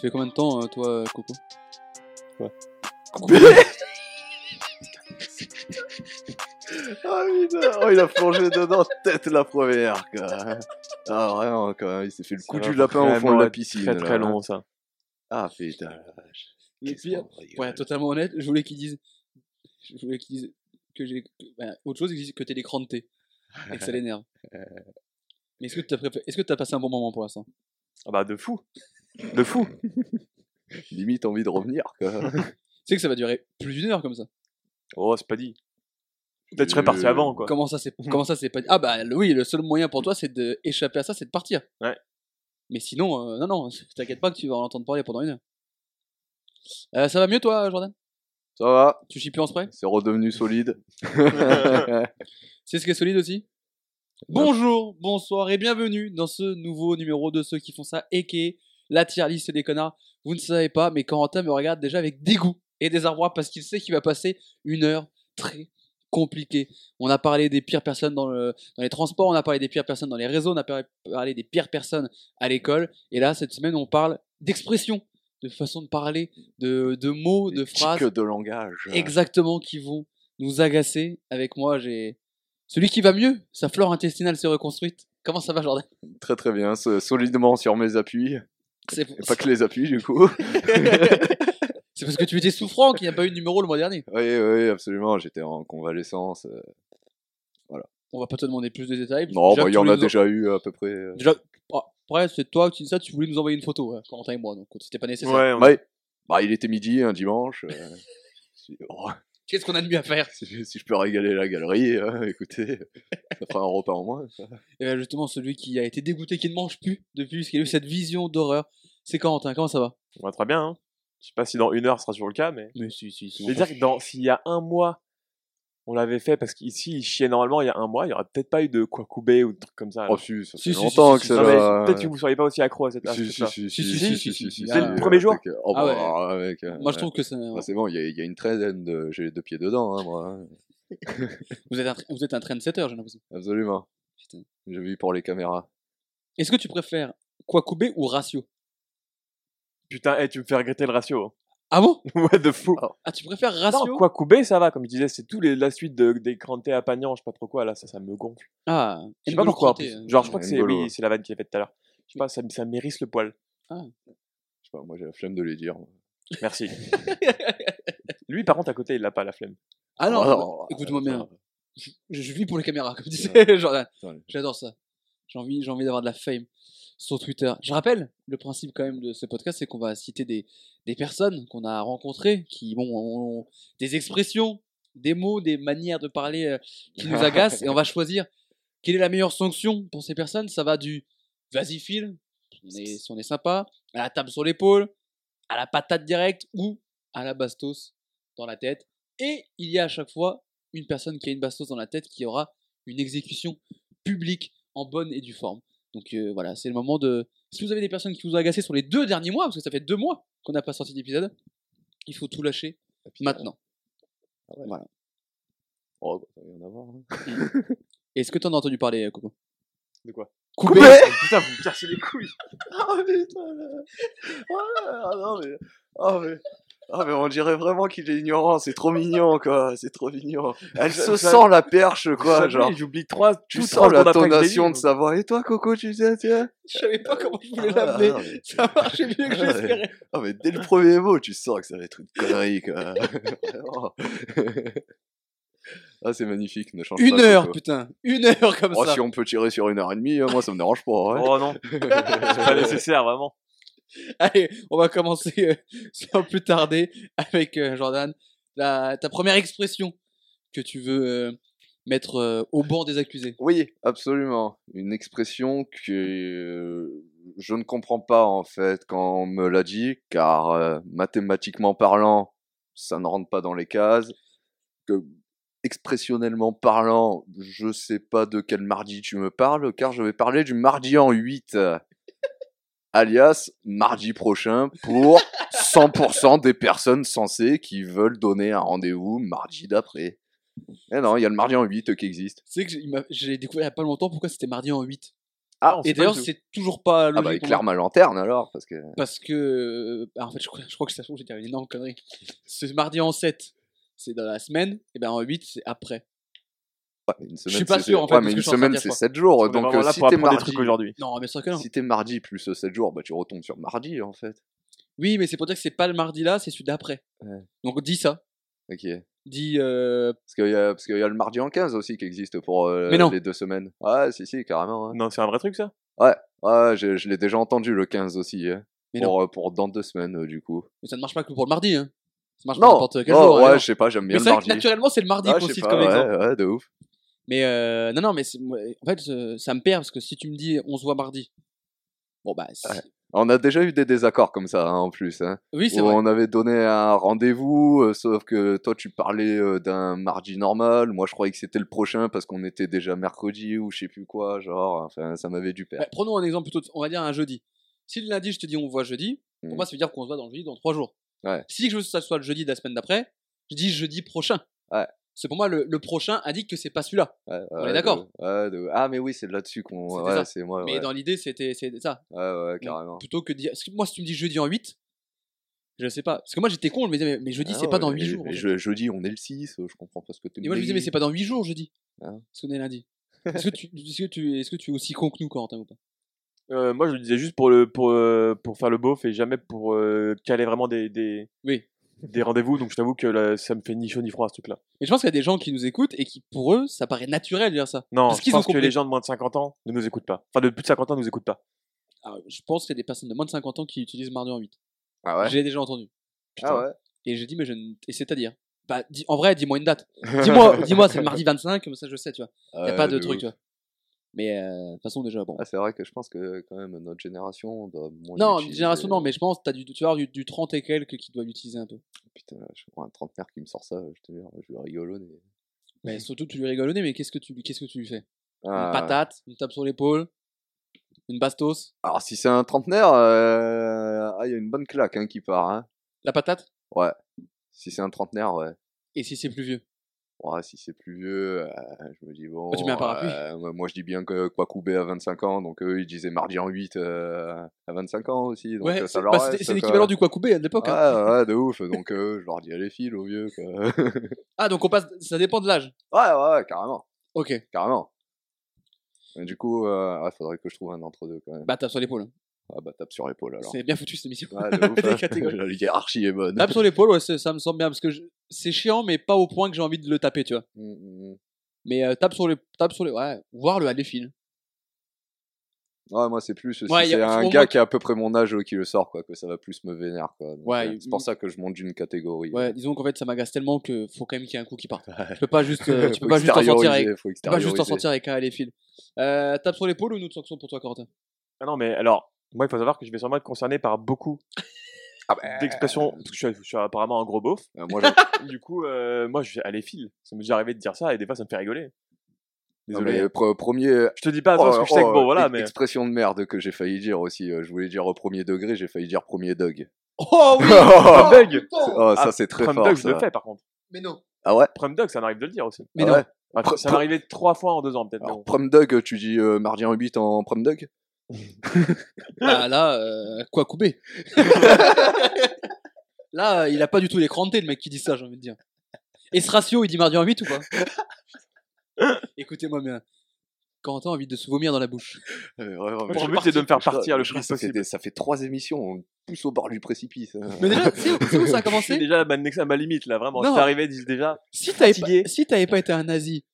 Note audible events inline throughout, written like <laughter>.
fait combien de temps, euh, toi, euh, Coco Quoi Ah putain, oh, il a plongé dedans <laughs> tête la première, quoi. Ah vraiment, quand même, il s'est fait le coup Ça du va lapin au fond vraiment de la être piscine. Très là. hein. très long ça. Ah putain. la vache. Le Qu'est-ce pire, qu'on pour rigole. être hein. totalement honnête, je voulais qu'ils disent, je voulais qu'ils disent que j'ai, que- ben, autre chose, ils disent que t'es des crantés et <laughs> que ça l'énerve. Euh. Mais est-ce que t'as préféré- est-ce que t'as passé un bon moment pour l'instant Ah bah de fou. De fou. Limite envie de revenir, quoi. Tu sais que ça va durer plus d'une heure comme ça. Oh, c'est pas dit. Peut-être que je serais parti Euh, avant quoi. Comment ça <laughs> c'est comment ça c'est pas Ah bah oui, le seul moyen pour toi c'est d'échapper à ça, c'est de partir. Ouais. Mais sinon euh, non non, t'inquiète pas que tu vas en entendre parler pendant une heure. Euh, ça va mieux toi Jordan Ça va, Tu chies plus en spray c'est redevenu solide. C'est ce qui est solide aussi Bonjour, bonsoir et bienvenue dans ce nouveau numéro de ceux qui font ça équé, la tier list des connards. Vous ne savez pas, mais Corentin me regarde déjà avec dégoût et désarroi parce qu'il sait qu'il va passer une heure très compliquée. On a parlé des pires personnes dans, le- dans les transports, on a parlé des pires personnes dans les réseaux, on a par- parlé des pires personnes à l'école. Et là, cette semaine, on parle d'expression, de façon de parler, de, de mots, de Des tics phrases de langage. exactement qui vont nous agacer. Avec moi, j'ai celui qui va mieux. Sa flore intestinale s'est reconstruite. Comment ça va, Jordan Très très bien, so- solidement sur mes appuis. C'est Et pas que les appuis, du coup. <laughs> c'est parce que tu étais souffrant qu'il n'y a pas eu de numéro le mois dernier. Oui, oui, absolument, j'étais en convalescence. euh. On va pas te demander plus de détails. parce que Non, déjà bah, il que y tu en voulais a nous déjà eu à peu près. euh. Déjà, ah, après, c'est toi qui dis ça. Tu voulais nous envoyer une photo, hein, Corentin et moi. Donc, c'était pas nécessaire. Ouais, on- Ouais. Bah, il était midi, un dimanche. euh. Si- <laughs> oh, Qu'est-ce qu'on a de mieux à faire <laughs> si, si je peux régaler la galerie, hein, écoutez, ça fera un repas en moins. ça. Et bien, Eh ben, justement, celui qui a été dégoûté, qui ne mange plus depuis, parce qu'il a eu cette vision d'horreur, c'est Corentin. Comment ça va on va très bien. Hein. Je sais pas si dans une heure ce sera toujours le cas, mais. Mais si, si, si. Je veux dire que dans s'il y a un mois, on l'avait fait parce qu'ici il chiait normalement il y a un mois, il y aurait peut-être pas eu de quoi couper ou de trucs comme ça. Oh, alors. si, ça Ah Si, fait si, si, longtemps si, que si. ça. non mais va- peut-être que vous seriez pas aussi accro à cette. à Si, cette- si, si, si, Si, si, si, si, si, C'est le si, premier euh, jour t'es que- Oh, Ah bah, ouais. alors, mec, euh, Moi, je trouve que ça. ah, c'est bon, il y, a- il y a une trentaine de. J'ai les deux pieds dedans, hein, moi. hein. Vous êtes un, tra- vous êtes un trendsetter, j'ai l'impression. Absolument. Putain. J'ai vu pour les caméras. Est-ce que tu préfères Kwakubé ou Ratio Putain, eh, tu me fais regretter le ratio. Ah bon <laughs> ouais, de fou. Ah, tu préfères Ratio Non, quoi couper, ça va. Comme je disais, c'est tout les, la suite de, des crantés à Pagnan, je sais pas trop quoi, là, ça, ça me gonfle. Ah, Je sais pas pourquoi. en euh, plus. Genre, je crois Ouais, que c'est N'Golo, oui, ouais. c'est la vanne qui a faite tout à l'heure. Je sais pas, ça, me- ça mérisse le poil. Je sais pas, moi j'ai la flemme de les dire. Merci. Lui, par contre, à côté, il l'a pas, la flemme. Ah non, Oh, bah, oh, écoute-moi oh, bien. putain, Je, je vis pour les caméras, comme <laughs> disait Jordan. putain, J'adore ça. J'ai envie, j'ai envie d'avoir de la fame sur Twitter. Je rappelle, le principe quand même de ce podcast, c'est qu'on va citer des, des personnes qu'on a rencontrées, qui bon, ont des expressions, des mots, des manières de parler euh, qui nous agacent, et on va choisir quelle est la meilleure sanction pour ces personnes. Ça va du vas-y file, on est- si on est sympa, à la table sur l'épaule, à la patate directe ou à la bastos dans la tête. Et il y a à chaque fois une personne qui a une bastos dans la tête qui aura une exécution publique en bonne et due forme. Donc euh, voilà, c'est le moment de. Si vous avez des personnes qui vous ont agacé sur les deux derniers mois, parce que ça fait deux mois qu'on n'a pas sorti d'épisode, il faut tout lâcher Ah, maintenant. Oh, bah, ça va y en avoir. hein. Est-ce que t'en as entendu parler, euh, Coco De quoi Coupé Putain, vous me cassez les couilles. <laughs> Ah putain là. Ah non mais. Ah mais. Ah mais on dirait vraiment qu'il est ignorant, c'est trop mignon quoi, c'est trop mignon. Elle se Ça- ça- sent la perche quoi, Jamais, genre. J'oublie trois. Tu tout sens trois la secondes après que je l'ai tonation dit. de sa voix. Et toi Coco, tu sais, <laughs> tiens. Je savais pas comment je voulais Ah, l'amener. non, mais- Ça marchait mieux que Ah ouais. j'espérais. Ah mais dès le premier mot, tu sens que ça va être une <laughs> connerie quoi. Vraiment. ah c'est magnifique, ne change pas. Une heure, Coco. putain. Une heure comme Oh, ça. si on peut tirer sur une heure et demie, hein, moi ça me dérange pas. hein. <laughs> Oh non, c'est pas nécessaire, vraiment. Oh, Allez, on va commencer euh, <laughs> sans plus tarder avec euh, Jordan. La, ta première expression que tu veux euh, mettre euh, au banc des accusés. Oui, absolument. Une expression que euh, je ne comprends pas en fait quand on me l'a dit, car euh, mathématiquement parlant, ça ne rentre pas dans les cases. Que, expressionnellement parlant, je sais pas de quel mardi tu me parles, car je vais parler du mardi en 8, euh, alias mardi prochain, pour 100% des personnes censées qui veulent donner un rendez-vous mardi d'après. Eh non, il y a le mardi en 8 qui existe. Tu sais que j'ai- il m'a- j'ai découvert il y a pas longtemps pourquoi c'était mardi en 8. Ah, on sait Et pas d'ailleurs, du tout. c'est toujours pas Ah logique. hein. bah pour éclaire ma lanterne alors, parce que moi, parce que. euh, bah, en fait, je crois, je crois que ça se trouve, j'ai dit une énorme connerie. Ce mardi en 7, c'est dans la semaine, et ben en 8, c'est après. ouais, une semaine, suis pas c'est- sûr, en fait, ouais, parce mais que je une suis en train de semaine dire, c'est quoi. 7 jours. On est Donc vraiment euh, là si pour t'es apprendre des mardi, trucs aujourd'hui. Non, bien sûr que non. si t'es mardi plus 7 jours, bah tu retombes sur mardi en fait. Oui, mais c'est pour dire que c'est pas le mardi là, c'est celui d'après. Ouais. Donc dis ça. Ok. Dis. euh, Parce qu'il y, a- parce qu'il y a le mardi en 15 aussi qui existe pour euh, Mais non. les deux semaines. Ouais, si, si, carrément. hein. Non, c'est un vrai truc ça Ouais, je, je l'ai déjà entendu le 15 aussi. hein. Mais pour, euh, pour dans deux semaines, euh, du coup. Mais ça ne marche pas que pour le mardi. Hein. Ça marche pour Non, n'importe quel oh, jour. hein, ouais, non. je sais pas, j'aime bien mais c'est le vrai que mardi. naturellement, c'est le mardi Ah, qu'on je sais cite pas, comme ouais, exemple. ouais, de ouf. Mais euh, non, non, mais c'est- moi, en fait, euh, ça me perd parce que si tu me dis on se voit mardi, bon bah c'est- Ouais. On a déjà eu des désaccords comme ça, hein, en plus. Hein, oui, c'est où vrai. on avait donné un rendez-vous, euh, sauf que toi, tu parlais euh, d'un mardi normal. Moi, je croyais que c'était le prochain parce qu'on était déjà mercredi ou je sais plus quoi. Genre, enfin, ça m'avait du père. Bah, prenons un exemple plutôt, de- on va dire un jeudi. Si le lundi je te dis on se voit jeudi, Mm. pour moi ça veut dire qu'on se voit dans le jeudi dans trois jours. Ouais. Si je veux que ça soit le jeudi de la semaine d'après, je dis jeudi prochain. Ouais. C'est pour moi le, le prochain indique que c'est pas celui-là. Ouais, on ouais, est d'accord. de- ouais, de- Ah, mais oui, c'est là-dessus qu'on. C'était ça. Ouais, c'est moi. Mais ouais. dans l'idée c'était c'est ça. ouais, ouais, Donc, carrément. Plutôt que de dire. parce que Moi, si tu me dis jeudi en 8, je sais pas. Parce que moi, j'étais con, je me disais, mais, mais jeudi, Ah c'est pas ouais, dans mais 8 jours. en mais fait. je- jeudi, on est le 6, euh, je comprends pas ce que tu me Et moi, je me disais, mais c'est pas dans 8 jours, jeudi. Ah. Parce qu'on est lundi. Est-ce que, tu, <laughs> est-ce, que tu, est-ce que tu es aussi con que nous, Corentin ou pas Euh, Moi, je le disais juste pour, le, pour, euh, pour faire le beauf et jamais pour euh, caler vraiment des, des, Oui. des rendez-vous. Donc, je t'avoue que là, ça me fait ni chaud ni froid ce truc-là. Mais je pense qu'il y a des gens qui nous écoutent et qui, pour eux, ça paraît naturel de dire ça. Non, Parce je qu'ils ont pense que compris. les gens de moins de 50 ans ne nous écoutent pas. Enfin, de plus de 50 ans ne nous écoutent pas. Alors, je pense qu'il y a des personnes de moins de 50 ans qui utilisent mardi en 8. Ah ouais J'ai déjà entendu. Ah ouais Et j'ai dit, mais je ne. Et c'est-à-dire bah, dis- En vrai, dis-moi une <laughs> date. <laughs> Dis-moi, dis-moi c'est le mardi 25, comme ça je sais, tu vois. Il a Ouais, pas de de truc, ouf. tu vois. Mais euh, de toute façon, déjà, bon. Ah, c'est vrai que je pense que quand même notre génération on euh. doit moins Non, l'utiliser. génération non, mais je pense que t'as du, tu vas avoir du, du 30 et quelques qui doit l'utiliser un peu. Putain, je vois un trentenaire qui me sort ça, je te jure, je vais rigolonner. <laughs> Mais surtout, tu lui rigoles au nez, mais qu'est-ce que tu, lui- qu'est-ce que tu lui fais Ah, Une patate, une tape sur l'épaule, une bastos. Alors si c'est un trentenaire, euh, ah, il y a une bonne claque hein, qui part. Hein. La patate Si c'est un trentenaire, ouais. Et si c'est plus vieux Ouais, si c'est plus vieux, euh, je me dis bon. Ah, tu mets un parapluie. euh, moi, moi, je dis bien que Kwakubé a 25 ans, donc eux ils disaient mardi en 8 euh, à 25 ans aussi. Donc Ouais, euh, ça c'est leur bah, c'était- reste, c'est quoi. l'équivalent du Kwakubé à l'époque. hein. Ouais, ouais, de ouf. Donc, euh, je leur dis, allez, file aux vieux. Quoi. <laughs> ouais, Ah, donc on passe, ça dépend de l'âge. ouais, ouais, carrément. Ok, Carrément. Mais du coup, euh, ouais, faudrait que je trouve un entre-deux quand même. bah tape sur l'épaule. Ah bah, tape sur l'épaule alors. C'est bien foutu cette émission. Ouais, de Des ouf, hein. catégories. <laughs> La hiérarchie est bonne. <laughs> tape sur l'épaule, ouais, c'est- ça me semble bien parce que je- c'est chiant, mais pas au point que j'ai envie de le taper, tu vois. Mm, mm, mm. Mais euh, tape sur les, tape sur les, ouais, voir le défile. Ouais, moi, c'est plus. si Ouais, y c'est a- au un moins- gars qui a à peu près mon âge euh, qui le sort, quoi, que ça va plus me vénère. Quoi. Donc, Ouais, euh, il- c'est pour ça que je monte d'une catégorie. Ouais, disons qu'en fait, ça m'agace tellement que faut quand même qu'il y ait un coup qui parte. Tu peux pas juste, <laughs> euh, tu peux Faut pas juste t'en sortir avec, extérioriser, faut tu peux pas juste t'en extérioriser. sortir avec un défile. Euh, tape sur l'épaule ou une autre sanction pour toi, Corentin Ah non, mais alors, moi, il faut savoir que je vais sûrement être concerné par beaucoup Ah bah, d'expressions. Parce que je suis, je suis apparemment un gros beauf. <laughs> euh, <laughs> moi, j'en- du coup, euh, moi, je vais aller file. Ça m'est déjà arrivé de dire ça et des fois, ça me fait rigoler. Non, Désolé. euh, mais, pre- premier, oh, Je te dis pas à toi Ah, parce que je sais que bon, voilà, ex- mais. Expression de merde que j'ai failli dire aussi. euh, Je voulais dire au premier degré, j'ai failli dire premier dog. <laughs> Oh oui Oh, bug putain ça Ah, c'est très Prom fort. Dog, je ça. le fais par contre. Mais non Ah ouais. Prom Dog, ça m'arrive de le dire aussi. Mais Ah non. ouais. Ah, Pr- ça pr- Ah m'est arrivé trois fois en deux ans, peut-être. mais Alors, bon. prom dog, tu dis euh, mardi en 8 en prom dog Bah là, euh, quoi <laughs> couper Là, euh, il a pas du tout les crantés, le mec qui dit ça, j'ai envie de dire. Et ce ratio, il dit mardi en 8 ou pas <laughs> Écoutez-moi bien. Corentin a envie de se vomir dans la bouche. Euh, Mon je but, c'est de me faire Je crois- partir le je plus crois que ça fait possible. des- Ça fait trois émissions, on pousse au bord du précipice. hein. Mais déjà, c'est où, c'est où ça a <laughs> Je suis commencé déjà à ma, next- à ma limite, là, vraiment. Non. C'est arrivé dis- déjà. Si t'avais pas, fatigué. Bah, si t'avais pas été un nazi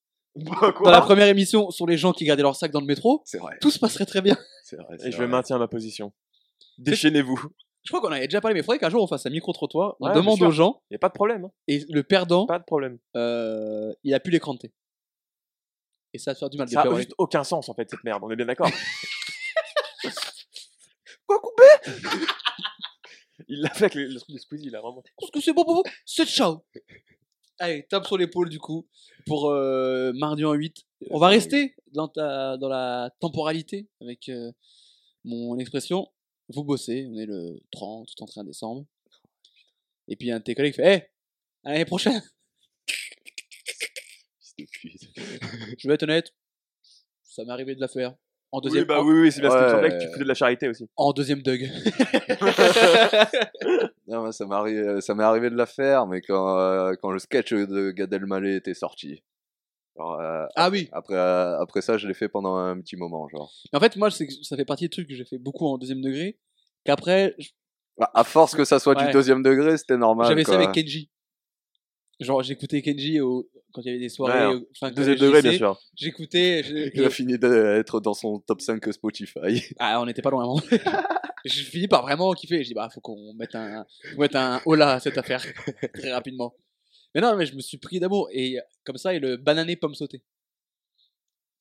Quoi dans la première émission sur les gens qui gardaient leur sac dans le métro, C'est vrai. tout se passerait très bien. C'est vrai. c'est Et je vrai. vais maintiens ma position. Déchaînez-vous. Je crois qu'on en avait déjà parlé, mais il faudrait qu'un jour on fasse un micro-trottoir, on Ouais, bien demande sûr. aux gens, Y a pas de problème. hein. et le perdant, Pas de problème. euh, il a pu les cranter. Et ça va faire du mal. de Ça pleurer. a juste aucun sens, en fait, cette merde. On est bien d'accord. Quoi Il l'a fait avec le, le truc de Squeezie, là, vraiment. Parce que c'est bon pour vous C'est ciao Allez, tape sur l'épaule du coup pour euh, mardi en 8. On Euh, va rester dans, ta, dans la temporalité avec euh, mon expression. Vous bossez, on est le 30, 31 décembre. Et puis un de tes collègues fait Hé, à l'année prochaine Fils de pute. <laughs> Je vais être honnête, ça m'est arrivé de la faire. En Oui, deuxième, bah en, oui, oui, c'est bien ce qui me Ouais. semblait que tu faisais de la charité aussi. en deuxième Doug. Non, mais ça m'est arrivé, euh, ça m'est arrivé de la faire, mais quand, euh, quand le sketch de Gad Elmaleh était sorti. Genre, euh, ah oui. après, euh, après ça, je l'ai fait pendant un petit moment, genre. Mais en fait, moi, c'est que ça fait partie des trucs que j'ai fait beaucoup en deuxième degré. Qu'après, je- Bah, à force que ça soit Ouais. du deuxième degré, c'était normal. j'avais ça <laughs> quoi. avec Kenji. Genre, j'écoutais Kenji au... quand il y avait des soirées. Ouais, au- enfin, Deuxième collège, degré, lycée, bien sûr. J'écoutais. <laughs> je- Il a fini d'être dans son top 5 Spotify. <laughs> Ah, on n'était pas loin avant. <laughs> je finis par vraiment kiffer. Je dis, bah, faut qu'on mette un, faut mettre un hola à cette affaire <laughs> très rapidement. Mais non, mais je me suis pris d'amour. Et comme ça, et le banané pomme sautée.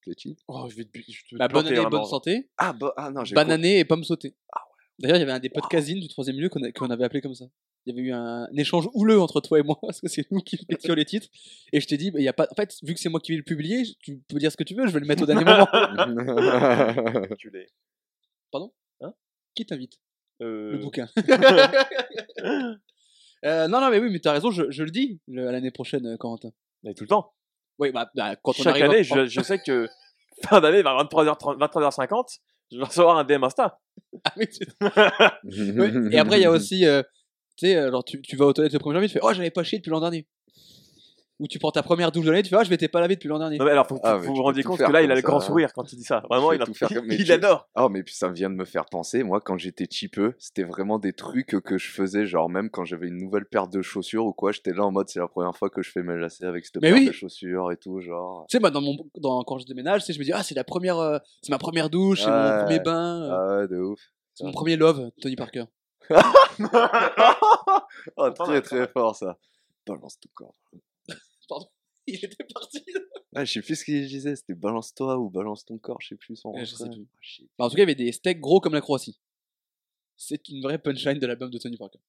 Petit. Oh, je vais te bu- je te- vais La te bonne planter, année, hein, bonne Laurent. santé. Ah, bah, ah non, j'ai Banané et pomme sautée. Ah D'ailleurs, il y avait un des podcastines du troisième lieu qu'on a- qu'on avait appelé comme ça. Il y avait eu un, échange houleux entre toi et moi, <laughs> parce que c'est nous qui étions les titres. Et je t'ai dit, bah, il y a pas... en fait, vu que c'est moi qui vais le publier, je- tu peux dire ce que tu veux, je vais le mettre au <laughs> dernier moment. compris. Enculé. Qui t'invite Euh, le <laughs> bouquin. <laughs> Euh, non, non, mais oui, mais t'as raison, je, je le dis le- à l'année prochaine, euh, Corentin. mais tout le temps. Oui, bah, bah, quand on Chaque arrive. année, en- je, je sais que <laughs> fin d'année, vers 23h30, 23h50, je vais recevoir un DM Insta. <laughs> Ah oui, c'est- <laughs> ouais. Et après, <laughs> il y a aussi, euh, tu sais, euh, genre, tu, tu vas aux toilettes le 1er janvier, tu fais Oh, j'avais pas chié depuis l'an dernier. Ou tu prends ta première douche de l'année, tu fais Ah, je m'étais pas lavé depuis l'an dernier. Non, mais alors, faut, que Ah, vous mais vous tu peux rendiez tout compte faire que là, il a comme le grand ça, hein. sourire quand il dit ça. Vraiment, peux il, a, tout faire comme- mais il tu- adore. Oh, mais puis ça vient de me faire penser. Moi, quand j'étais cheapeux, c'était vraiment des trucs que je faisais. Genre, même quand j'avais une nouvelle paire de chaussures ou quoi, j'étais là en mode c'est la première fois que je fais mes lacets avec cette Mais paire oui. de chaussures et tout. Genre, Tu sais, moi, dans mon, dans, quand je déménage, tu sais, je me dis Ah, c'est la première, euh, c'est ma première douche, c'est mon Ouais. premier bain, euh, ah ouais, de ouf. c'est mon premier love, Tony Parker. Oh, Pas mal, très pas hein. très fort ça. Balance tout corps. <laughs> Il était parti. Ah, je sais plus ce qu'il disait. C'était balance toi ou balance ton corps. Je sais plus. Son Ouais, Euh, je sais refrain. plus. Ah, je sais Bah, en tout cas, il y avait des steaks gros comme la Croatie. C'est une vraie punchline de l'album de Tony Parker.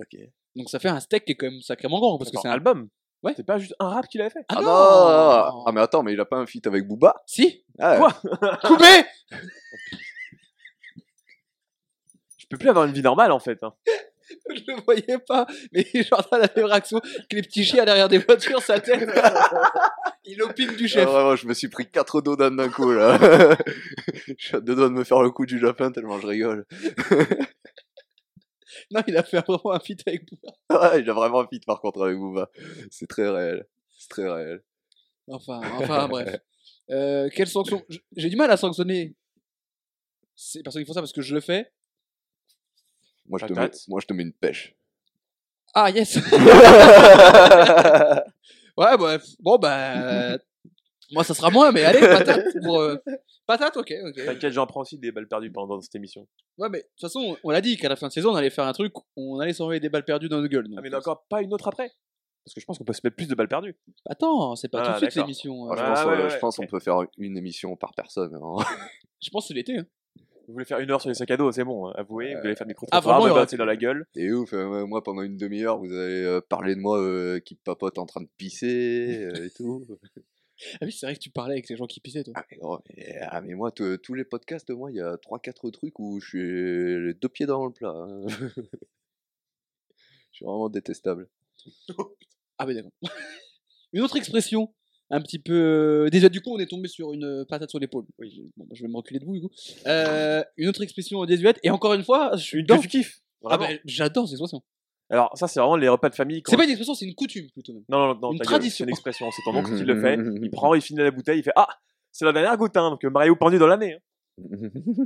Ok. Donc ça fait un steak qui est quand même sacrément grand parce que Attends, c'est un album. Ouais. C'est pas juste un rap qu'il avait fait. Ah non Ah mais attends, mais il a pas un feat avec Booba Si ah, Quoi Coupé Je peux plus avoir une vie normale en fait. hein. Je le voyais pas, mais <laughs> Jordan a des réactions que les petits chiens derrière des voitures, ça <laughs> tête. Il opine du Ah, chef. vraiment, je me suis pris quatre dodanes d'un coup là. <laughs> je suis à deux doigts de me faire le coup du lapin tellement je rigole. Non, il a fait vraiment un feat avec Booba. Ah, il a vraiment un feat par contre avec Booba. C'est très réel. C'est très réel. Enfin, enfin, bref. Euh, quelle sanction J- J'ai du mal à sanctionner. C'est parce qu'ils font ça parce que je le fais. Moi je, te mets, Patate. moi je te mets une pêche. Ah <laughs> yes ah Ouais, bah, bon, bah. euh, Moi, ça sera moins, mais allez, patate pour. euh, Patate, ok, ok. T'inquiète, j'en prends aussi des balles perdues pendant cette émission. Ouais, mais de toute façon, on l'a dit qu'à la fin de saison, on allait faire un truc, on allait s'envoyer des balles perdues dans nos gueules. donc. Ah, mais encore pas une autre après Parce que je pense qu'on peut se mettre plus de balles perdues. Attends, c'est pas Ah, tout de suite d'accord. l'émission. je euh, Ah, pense, ouais, euh, ouais, je pense ouais. on peut faire une émission par personne. hein. <laughs> Je pense que c'est l'été. hein. Vous voulez faire une heure sur les sacs à dos, c'est bon, hein, avouez. Vous voulez faire des micro Ah, vraiment, il y aura- c'est dans la gueule. C'est ouf. euh, moi pendant une demi-heure vous allez euh, parler de moi euh, qui papote en train de pisser euh, et <laughs> tout. Ah oui, c'est vrai que tu parlais avec les gens qui pissaient, toi. Ah mais, gros, mais- ah, mais moi, tous tous les podcasts, moi, il y a 3-4 trucs où je suis les deux pieds dans le plat. hein. <laughs> je suis vraiment détestable. Ah, mais d'accord. <laughs> une autre expression, un petit peu. euh, Déjà, du coup, on est tombé sur une euh, patate sur l'épaule. Oui. Bon, bah, je vais me reculer de vous, du coup. Euh, une autre expression désuète, et encore une fois, je suis Que dans. tu kiffes Ah, vraiment. bah, j'adore ces expressions. Alors, ça, c'est vraiment les repas de famille. quand- C'est pas une expression, c'est une coutume, plutôt. même. Non, non, non, une ta gueule, tradition. C'est une expression, c'est ton oncle qui Mm, le fait. <laughs> Il prend, il finit la bouteille, il fait Ah, c'est la dernière goutte, hein, donc Mario pendu dans l'année. hein.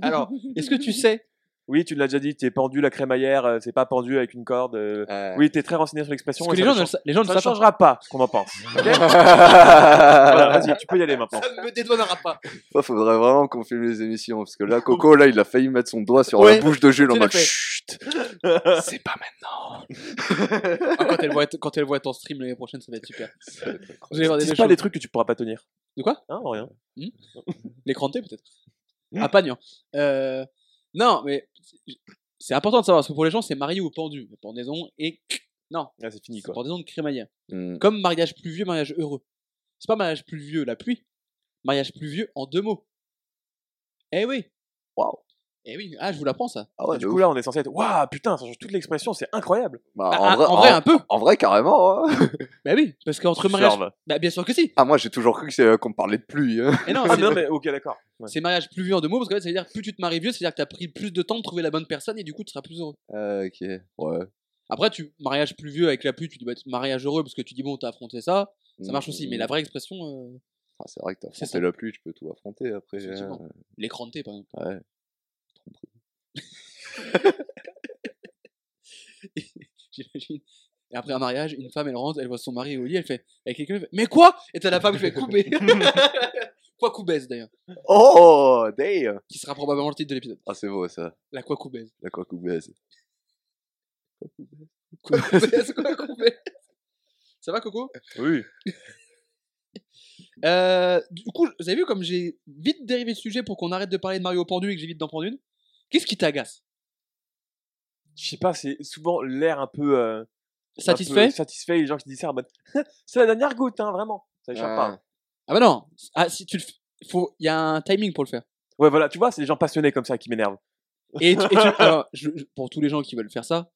Alors, est-ce que tu sais Oui, tu l'as déjà dit, t'es pendu la crémaillère, euh, c'est pas pendu avec une corde. euh. Euh, Oui, t'es très renseigné sur l'expression. Parce que et les gens, ça ne ne le change- sa- les gens ne ça le ne savent changera pas ce qu'on en pense. ok <laughs> Ah, Voilà, vas-y, tu peux y aller maintenant. pas. Ça ne me dédouanera pas. <laughs> Ça, faudrait vraiment qu'on filme les émissions parce que Ah, là, Coco, là, il a failli mettre son doigt sur Ouais, la bouche de Jules en je l'ai mode fait. Chut, c'est pas <laughs> maintenant. Ah, quand, elle voit, quand elle voit ton stream l'année prochaine, ça va être super. Ça va être Vous allez voir des Dis choses. pas des trucs que tu pourras pas tenir. De quoi Hein, rien. L'écran de thé, peut-être Hmm. Mmh. Ah, Pagnan. Euh, non, mais c'est important de savoir, parce que pour les gens, c'est marié ou pendu. Mais Pendaison et... Non, Ah, c'est fini c'est quoi. pendaison de crémaillère. incroyable. Comme mariage pluvieux, mariage heureux. C'est pas mariage pluvieux, la pluie. Mariage pluvieux en deux mots. Eh oui Waouh. Eh oui, ah, je vous l'apprends ça. Ah ouais, Et du de coup, ouf. là, on est censé être Waouh, putain, ça change toute l'expression, c'est incroyable. Bah, Ah, ah, en, vrai, en, hein. un peu. en vrai, carrément. hein. <laughs> Bah oui, parce qu'entre Tu mariage. fermes. Bah bien sûr que si. Ah, moi, j'ai toujours cru que c'est- qu'on parlait de pluie. <laughs> hein. Et non, Ah, c'est- <laughs> mais non, mais ok, d'accord. Ouais. c'est mariage plus vieux en deux mots, parce que en fait, ça veut dire plus tu te maries vieux, c'est-à-dire que t'as pris plus de temps de trouver la bonne personne et du coup tu seras plus heureux. Ah, ok. Ouais. Après, tu mariage plus vieux avec la pluie, tu dis bah, mariage heureux parce que tu dis bon, t'as affronté ça, ça marche aussi. Mais la vraie expression, euh, Hmm. Ah, c'est vrai que t'as C'est affronté la pluie, tu peux tout affronter après. hein. Effectivement. l'écran de thé par exemple. Ouais. <laughs> J'imagine. Et après un mariage, une femme elle rentre, elle voit son mari au lit, elle fait avec quelqu'un, elle fait, mais quoi Et t'as la femme qui fait couper. quoi coubaise d'ailleurs, Oh, damn qui sera probablement le titre de l'épisode. Ah, c'est beau ça, La quoi coubaise. la coque baise. Quoi coubaise, quoi coubaise. Ça va Coco <laughs> Oui. <laughs> Euh, du coup, vous avez vu comme j'ai vite dérivé le sujet pour qu'on arrête de parler de Mario pendu et que j'évite d'en prendre une Qu'est-ce qui t'agace Je sais pas, c'est souvent l'air un peu. euh, un Satisfait peu Satisfait, les gens qui disent ça en mode <laughs> C'est la dernière goutte, hein, vraiment. Ça échappe pas. hein. Ah bah non Ah si tu le f- faut, il y a un timing pour le faire. Ouais, voilà, tu vois, c'est les gens passionnés comme ça qui m'énervent. Et, <laughs> tu- et tu- alors, je- je- pour tous les gens qui veulent faire ça,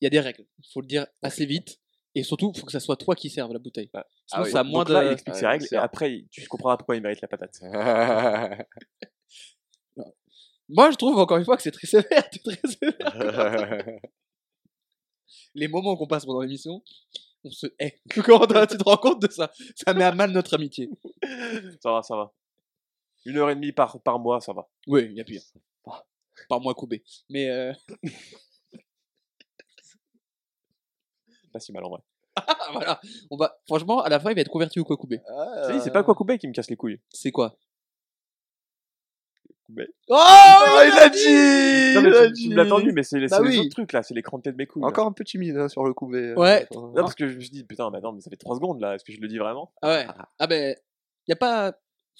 il y a des règles. Faut le dire assez vite et surtout, faut que ça soit toi qui serve la bouteille. Ah, Sinon, oui. ça a Donc moins là, il de. explique Ouais, ses règles c'est et ça. après, tu comprendras pourquoi il mérite la patate. Moi, je trouve encore une fois que c'est très sévère, <laughs> c'est très sévère. Les moments qu'on passe pendant l'émission, on se hait. <laughs> Quand tu te rends compte de ça, ça met à mal notre amitié. Ça va, ça va. Une heure et demie par, par mois, ça va. Oui, il y a pire. Par- Par moi coubé. Mais euh, Pas si mal en vrai. ah, voilà, on va franchement à la fin il va être converti au quoi coubé. Ça y est, C'est Euh. pas Kwakubei qui me casse les couilles. C'est quoi Koubé. Oh Ah, il l'a Non, mais dit tu, tu me l'as tendu, mais c'est les- Bah c'est les oui. autres trucs là, c'est l'écran de tête de mes couilles. là. Encore un peu timide hein, sur le coup. mais, euh, Ouais. euh, Non, parce que je me suis dit, putain, mais attends, mais ça fait 3 secondes là, est-ce que je le dis vraiment Ah ouais. Ah ben, y a pas.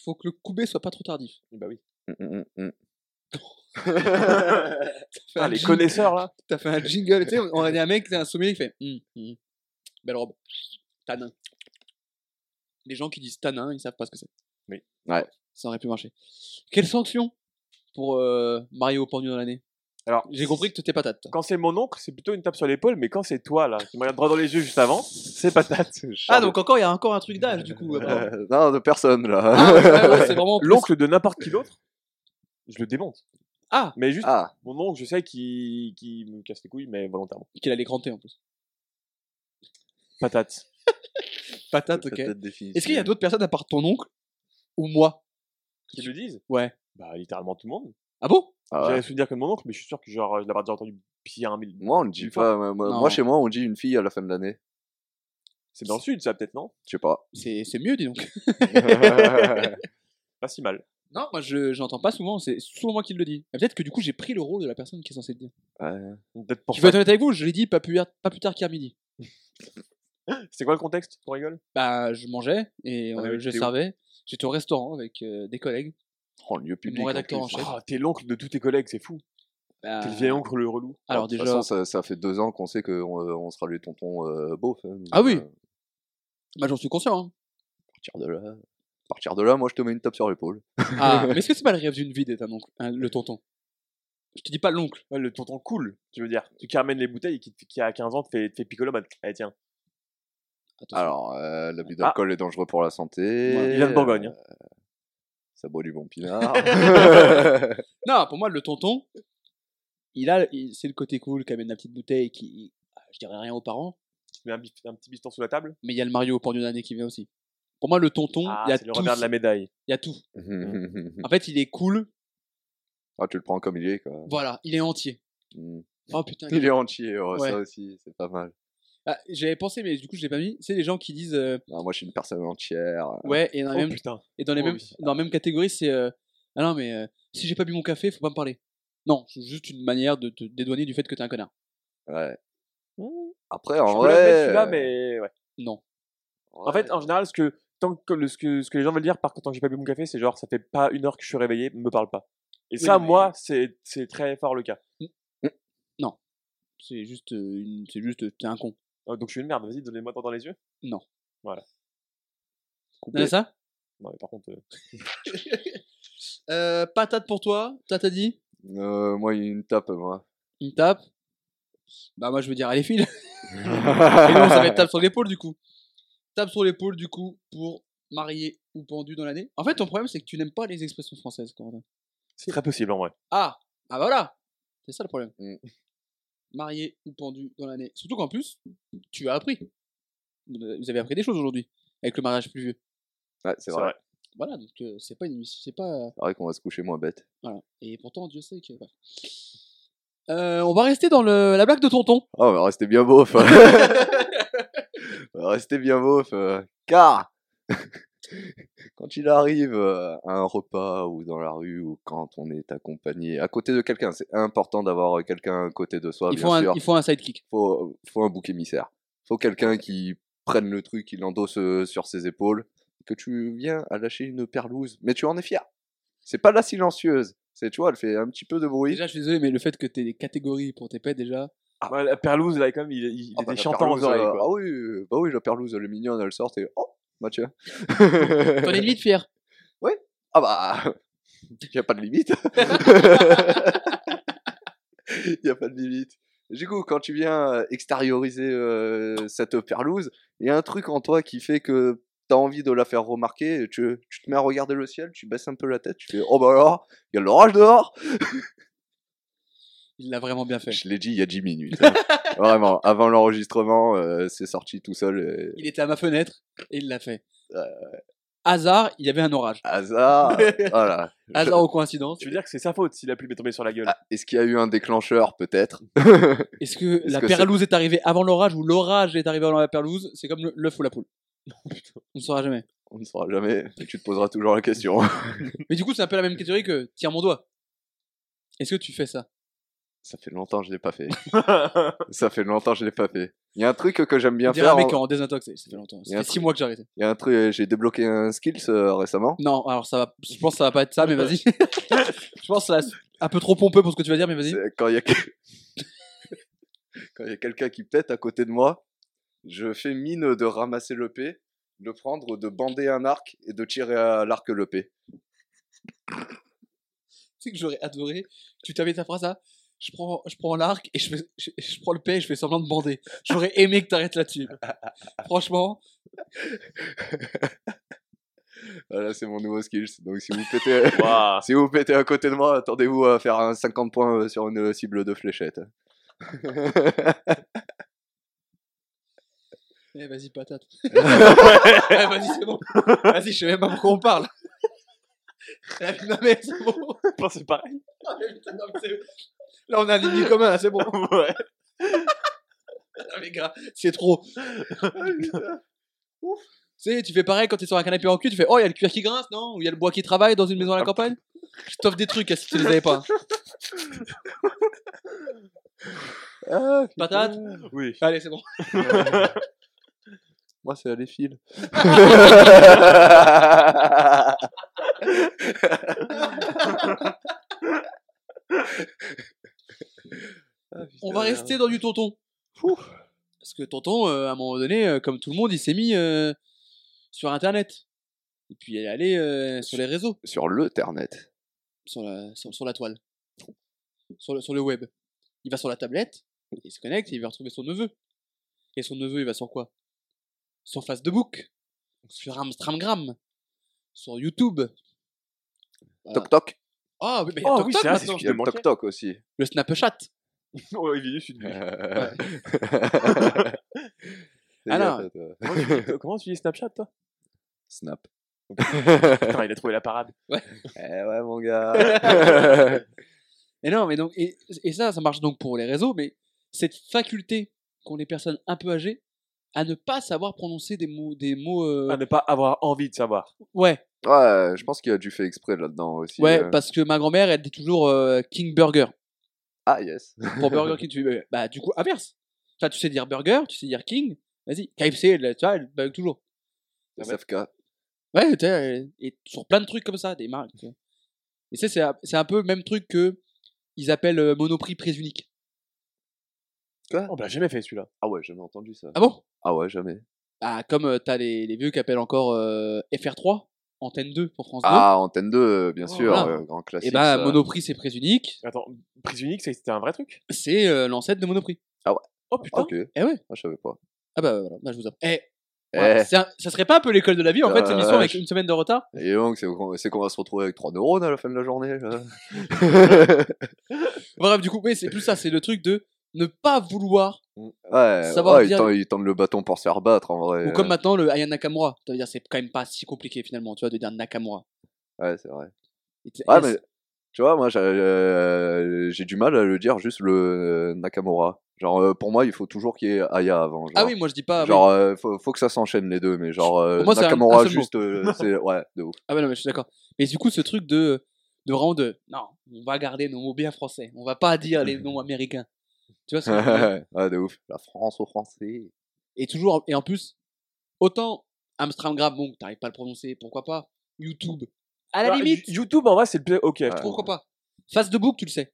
Faut que le coubé soit pas trop tardif. Eh Bah oui. mm, mm, mm. Bah Fais Ah, un les jing- connaisseurs là T'as fait un jingle, tu sais, on a dit un mec, t'as un sommelier qui fait Hum, hum. belle robe, tanin. Les gens qui disent tanin, ils savent pas ce que c'est. Oui. Ouais. Ça aurait pu marcher. Quelle sanction pour euh, Mario pendu dans l'année Alors, J'ai compris que t'étais patate. toi. Quand c'est mon oncle, c'est plutôt une tape sur l'épaule, mais quand c'est toi là, qui me regarde droit dans les yeux juste avant, c'est patate. Ah donc encore, il y a encore un truc d'âge du coup. apparemment. Euh, <laughs> non, de personne Ah, là. ouais, ouais, ouais, c'est vraiment L'oncle de n'importe qui d'autre, je le démonte. Ah Mais juste, Ah, mon oncle, je sais qu'il qui me casse les couilles, mais volontairement. qu'il allait cranter en plus. Patate. Patate, ok. Est-ce qu'il y a d'autres personnes à part ton oncle ou moi Qui le disent Ouais. Bah, littéralement tout le monde. Ah bon Ah ouais. J'avais souvenir que de mon oncle, mais je suis sûr que genre, je l'avais déjà entendu pire un mille. Moi, on le dit Une pas. Moi, moi- Non. moi, chez moi, on dit une fille à la fin de l'année. C'est dans le sud, ça peut-être, <laughs> non Je <laughs> sais pas. C'est c'est mieux, dis donc. <laughs> Pas si mal. Non, moi je j'entends pas souvent, c'est souvent moi qui le dis. Mais Peut-être que du coup j'ai pris le rôle de la personne qui est censée le dire. Peut-être pour Je vais ça. être honnête avec vous, je l'ai dit pas plus, pas plus tard qu'hier midi. C'est quoi le contexte On rigole Bah je mangeais et Ah, euh, mais je t'es où servais. J'étais au restaurant avec euh, des collègues. <laughs> oh, lieu public. en rédacteur plus. en chef. Oh, t'es l'oncle de tous tes collègues, c'est fou. Bah, T'es le vieil oncle, le relou. Alors Ah, de toute déjà, façon, ça, ça fait deux ans qu'on sait qu'on on sera les tontons euh, beaufs. hein, donc, Ah oui. euh, bah, j'en suis <laughs> conscient. hein. partir de là. à Partir de là, moi, je te mets une tape sur l'épaule. Ah, mais est-ce que c'est pas le rêve d'une vie d'être un oncle, un- le tonton Je te dis pas l'oncle. Ouais, le tonton cool, tu veux dire. Tu qui ramène les bouteilles et qui, te- qui a 15 ans te fait, te fait piccolo en mode, Allez, tiens. Attention. Ah. Alors, euh, l'abus d'alcool est dangereux pour la santé. Ouais, il vient de Bourgogne, hein. Euh, ça boit du <laughs> bon pinard. <laughs> Non, pour moi le tonton, il a, il- c'est le côté cool qui amène la petite bouteille qui, je dirais rien aux parents, Tu mets un, bif- un petit piston sous la table. mais il y a le Mario au pendu d'année qui vient aussi. Pour moi, le tonton, il Ah, y, a c'est le tout, revers de la médaille. il y a tout. ah, En fait, il est cool. tu le prends comme il est, quoi. Voilà, il est entier. Mm. Oh putain. Il est entier, ouais, Ouais. ça aussi, c'est pas mal. Ah, J'avais pensé, mais du coup, je l'ai pas mis. C'est les gens qui disent euh, Non, moi, je suis une personne entière. ouais, et dans, Oh la même, putain. et dans les oh mêmes, oui. dans la même catégorie, c'est euh, ah non, mais euh, si j'ai pas bu mon café, faut pas me parler. Non, c'est juste une manière de te dédouaner du fait que t'es un connard. Ouais. Mmh. Après, en Je peux le vrai. mettre celui-là, mais ouais. Non. En fait, en général, ce que, tant que, le- ce que, ce que les gens veulent dire, par contre, tant que j'ai pas bu mon café, c'est genre, ça fait pas une heure que je suis réveillé, me parle pas. Et Oui, ça, mais- moi, c'est c'est très fort le cas. C'est juste, euh, une- c'est juste, euh, t'es un con. Euh, Donc je suis une merde, vas-y, donnez-moi dans les yeux. T'en as ça Non, mais par contre, euh, Euh, Patate pour toi. Toi, t'as dit Euh, moi, il y a une tape, moi. Une tape. Bah, moi, je veux dire, allez, <laughs> file. Et non, ça va être tape sur l'épaule, du coup. Tape sur l'épaule, du coup, pour marié ou pendu dans l'année. En fait, ton problème, c'est que tu n'aimes pas les expressions françaises, Corentin. C'est très possible en vrai. Ah, ah bah voilà, c'est ça le problème. Mm. Marié ou pendu dans l'année. Surtout qu'en plus, tu as appris. Vous avez appris des choses aujourd'hui avec le mariage plus vieux. Ouais, c'est vrai. Voilà, donc euh, c'est pas une émission- c'est pas euh, C'est vrai qu'on va se coucher moins bête. voilà. Et pourtant, Dieu sait que. bref. Euh, on va rester dans le, la blague de tonton. Oh, on va rester bien beauf. <laughs> on va rester bien beauf. euh, car, <laughs> quand il arrive euh, à un repas ou dans la rue ou quand on est accompagné à côté de quelqu'un, c'est important d'avoir euh, quelqu'un à côté de soi, il, Oh, bien faut un, sûr. il faut un sidekick. faut, faut un bouc émissaire. Faut quelqu'un qui prenne le truc, qui l'endosse euh, sur ses épaules, que tu viens à lâcher une perlouse, mais tu en es fier. C'est pas la silencieuse. C'est, tu vois, elle fait un petit peu de bruit. Déjà, je suis désolé, mais le fait que t'aies des catégories pour tes pets, <laughs> déjà. Ouais, la perlouse, là, quand même, il, il Ah bah, était la chantant aux perlouse, oreilles. euh, Quoi. Ah oui, euh, bah oui, la perlouse, elle est mignonne, elle sort et oh, <laughs> Mathieu. T'en es limite fier. ah bah, <laughs> y a pas de limite. <laughs> y a pas de limite. Du coup, quand tu viens extérioriser euh, cette perlouse, il y a un truc en toi qui fait que t'as envie de la faire remarquer. et Tu, tu te mets à regarder le ciel, tu baisses un peu la tête, tu fais oh bah alors, il y a de l'orage dehors. Il l'a vraiment bien fait. Je l'ai dit il y a 10 minutes. hein. Vraiment, avant l'enregistrement, euh, c'est sorti tout seul. euh, Il était à ma fenêtre et il l'a fait. Ouais, Hasard, il y avait un orage. hasard, voilà. Hasard ou coïncidence. Tu veux dire que c'est sa faute si la pluie m'est tombée sur la gueule Ah, Est-ce qu'il y a eu un déclencheur peut-être Est-ce que la que perlouse est... arrivée avant l'orage ou l'orage est arrivé avant la perlouse C'est comme le- l'œuf ou la poule. <laughs> On ne saura jamais. On ne saura jamais. mais Tu te poseras toujours la question. Mais du coup, c'est un peu la même catégorie que tiens mon doigt. Est-ce que tu fais ça Ça fait longtemps que je l'ai <laughs> pas fait. Ça fait longtemps que je l'ai pas fait. Il y a un truc que j'aime bien On dirait un faire. mec en- en désintox, ça fait longtemps. Il y Ça a un fait 6 mois que j'ai arrêté. Il y a un truc. J'ai débloqué un skills euh, récemment. Non, alors ça va. Je pense que ça va pas être <laughs> ça, mais vas-y. <laughs> je pense que ça va être un peu trop pompeux pour ce que tu vas dire, mais vas-y. C'est Quand il y a que- <laughs> quand il y a quelqu'un qui pète à côté de moi, je fais mine de ramasser le P, de prendre, de bander un arc et de tirer à l'arc le P. Tu sais que j'aurais adoré. Tu t'avais ta phrase là. Je prends, je prends l'arc et je, fais- je, je prends le paix et je fais semblant de bander. J'aurais aimé que t'arrêtes là-dessus. Franchement, Voilà, c'est mon nouveau skills. Donc si vous pétez. Ah. Waouh. Si vous pétez à côté de moi, attendez-vous à faire un 50 points euh, sur une euh, cible de fléchette. Eh, vas-y, patate. Eh, vas-y, c'est bon. Vas-y, je sais même pas pourquoi on parle. <laughs> La vie de ma mère, c'est bon. Je <laughs> pense que c'est pareil. <laughs> Ah, mais putain, non, mais c'est- Là, on a un ennemi commun, là, c'est bon. Ouais. <laughs> Non, mais gars, c'est trop. Ouf. Tu sais, tu fais pareil quand t'es sur un canapé en cul, tu fais Oh, il y a le cuir qui grince, non Ou il y a le bois qui travaille dans une maison à la campagne Je t'offre des trucs, hein, si tu les avais pas. Ah, Patate Oui. Allez, c'est bon. Moi, c'est aller fil. On va rester dans du tonton. Parce que tonton, euh, à un moment donné, euh, comme tout le monde, il s'est mis euh, sur Internet. Et puis il est allé euh, sur les réseaux, sur l'Ethernet. sur la, sur, sur la toile, sur le, sur le web. Il va sur la tablette, il se connecte et il va retrouver son neveu. Et son neveu, il va sur quoi Sur Facebook, sur Amstramgram, sur YouTube. Voilà. Toc toc. Ah oui, mais il y a Oh, TokTok oui, c'est vrai, c'est maintenant. ce Il y a le toc <laughs> toc aussi. Le Snapchat. Oh, évidemment, je suis devenu. Ouais. Alors. <laughs> C'est bien, toi, toi. Comment tu dis- Comment tu dis Snapchat, toi <laughs> Snap. Putain, il a trouvé la parade. eh ouais, mon <laughs> gars. Et non, mais donc, et, et ça, ça marche donc pour les réseaux, mais cette faculté qu'ont les personnes un peu âgées à ne pas savoir prononcer des mots, des mots, euh, À ne pas avoir envie de savoir. ouais, ouais, euh, je pense qu'il y a du fait exprès là-dedans aussi. ouais, euh. parce que ma grand-mère, elle dit toujours euh, King Burger Ah, yes. <laughs> pour Burger King. Tu dis, bah du coup inverse. Enfin, tu sais dire Burger, tu sais dire King. Vas-y, KFC, elle, tu vois, elle bug toujours. bah. SFK. Ouais, tu sais, elle- et sur plein de trucs comme ça, des marques. tu vois. Et ça, c'est un- c'est un peu le même truc que ils appellent euh, Monoprix prise unique. On l'a jamais fait celui-là. Ah ouais, jamais entendu ça. Ah bon Bah, Ah ouais, jamais. Ah, comme euh, t'as les, les vieux qui appellent encore euh, FR3, Antenne 2 pour France 2. Ah, Antenne 2, euh, bien sûr, Oh, Voilà. euh, grand classique. et bah, ça. Monoprix, c'est Prix Unique. Attends, prise unique, ça, c'était un vrai truc C'est euh, l'ancêtre de Monoprix. Oh putain Ah Ok, Eh ouais. Ah, je savais pas. Ah bah voilà, bah, je vous apprends. Eh, Eh, voilà, c'est un- ça serait pas un peu l'école de la vie en fait, Euh, cette mission avec je- une semaine de retard et Eh, donc, c'est c'est qu'on va se retrouver avec trois neurones à la fin de la journée. là. <laughs> Bref, du coup, mais c'est plus ça, c'est le truc de ne pas vouloir, <laughs> ouais, Savoir ouais, ils dire- tendent- ils tendent le bâton pour se faire battre en vrai. euh. ou comme maintenant le Aya Nakamura. Ça veut dire, c'est quand même pas si compliqué finalement, tu vois, de dire Nakamura. Ouais, c'est vrai. Et t- Ouais, et mais tu vois, moi, j'ai euh, j'ai du mal à le dire juste le euh, Nakamura. Genre, euh, pour moi, il faut toujours qu'il y ait Aya avant. Genre. Ah oui, moi je dis pas. oui. Genre, euh, faut, faut que ça s'enchaîne les deux, mais genre, euh, Pour moi, c'est un- un Nakamura, seul mot. <laughs> juste, euh, c'est. Ouais, de ouf. Ah ouais, non, mais je suis d'accord. Mais du coup, ce truc de, de vraiment de. Non, on va garder nos mots bien français. On va pas dire les noms américains. Tu vois ce que je <laughs> veux dire ouais, de ouf. La France aux Français. Et toujours. Et en plus, autant Amstram Grab, bon, t'arrives pas à le prononcer, pourquoi pas YouTube, à la Alors, limite, You- YouTube en vrai c'est le plus ok. je Ouais. trouve. pourquoi pas Face de bouc, tu le sais.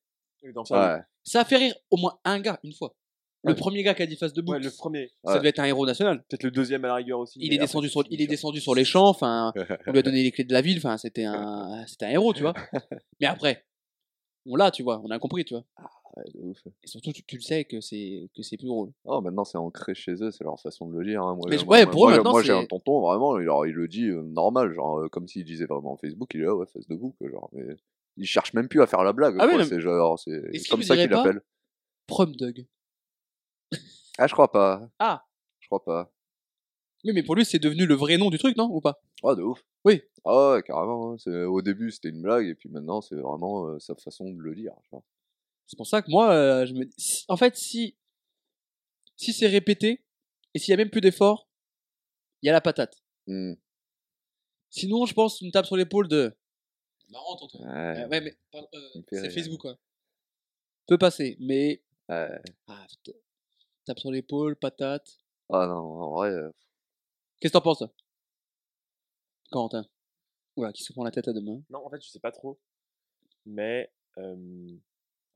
Dans Ouais, ça, Ça a fait rire au moins un gars, une fois. Le Ouais. premier gars qui a dit face de bouc, Ouais, le premier. ça Ouais. devait être un héros national. Peut-être le deuxième à la rigueur aussi. Il mais est, descendu après, sur, c'est il est fini, descendu sur les champs, enfin, on lui a donné les clés de la ville, enfin, c'était un, c'était un héros, tu vois. Mais après, on l'a, tu vois, on a compris, tu vois. ouais, de ouf. Et surtout, tu, tu le sais que c'est que c'est plus drôle. Oh, maintenant, c'est ancré chez eux, c'est leur façon de le dire. hein. Moi, Mais je- moi- ouais, moi- pour eux, moi, maintenant, moi, j'ai c'est- un tonton, vraiment, il, alors, il le dit euh, normal, genre, euh, comme s'il disait vraiment Facebook, il est là, ouais, face de bouc, genre, mais. Il cherche même plus à faire la blague, Ah oui, quoi, non, mais- c'est genre, c'est Est-ce qu'il comme vous ça dirait qu'il pas l'appelle. Prom Dog. Ah, je crois pas. Ah. Je crois pas. Oui, mais pour lui, c'est devenu le vrai nom du truc, non Ou pas Ah, de ouf. Oui. Ah ouais, carrément. hein. C'est- Au début, c'était une blague, et puis maintenant, c'est vraiment euh, sa façon de le dire. genre. C'est pour ça que moi, euh, je me dis. si- En fait, si. Si c'est répété, et s'il y a même plus d'effort, il y a la patate. Hmm. Sinon, je pense une tape sur l'épaule de. Marrant, ton truc. Ouais. Euh, ouais, mais. pardon, euh, Il me fait c'est rire. Facebook, quoi. Peut passer, mais. Ouais. Ah, putain. tape sur l'épaule, patate. Ah non, en vrai, euh, Qu'est-ce que t'en penses, toi Quentin. Oula, qui se prend la tête à demain Non, en fait, je sais pas trop. Mais euh,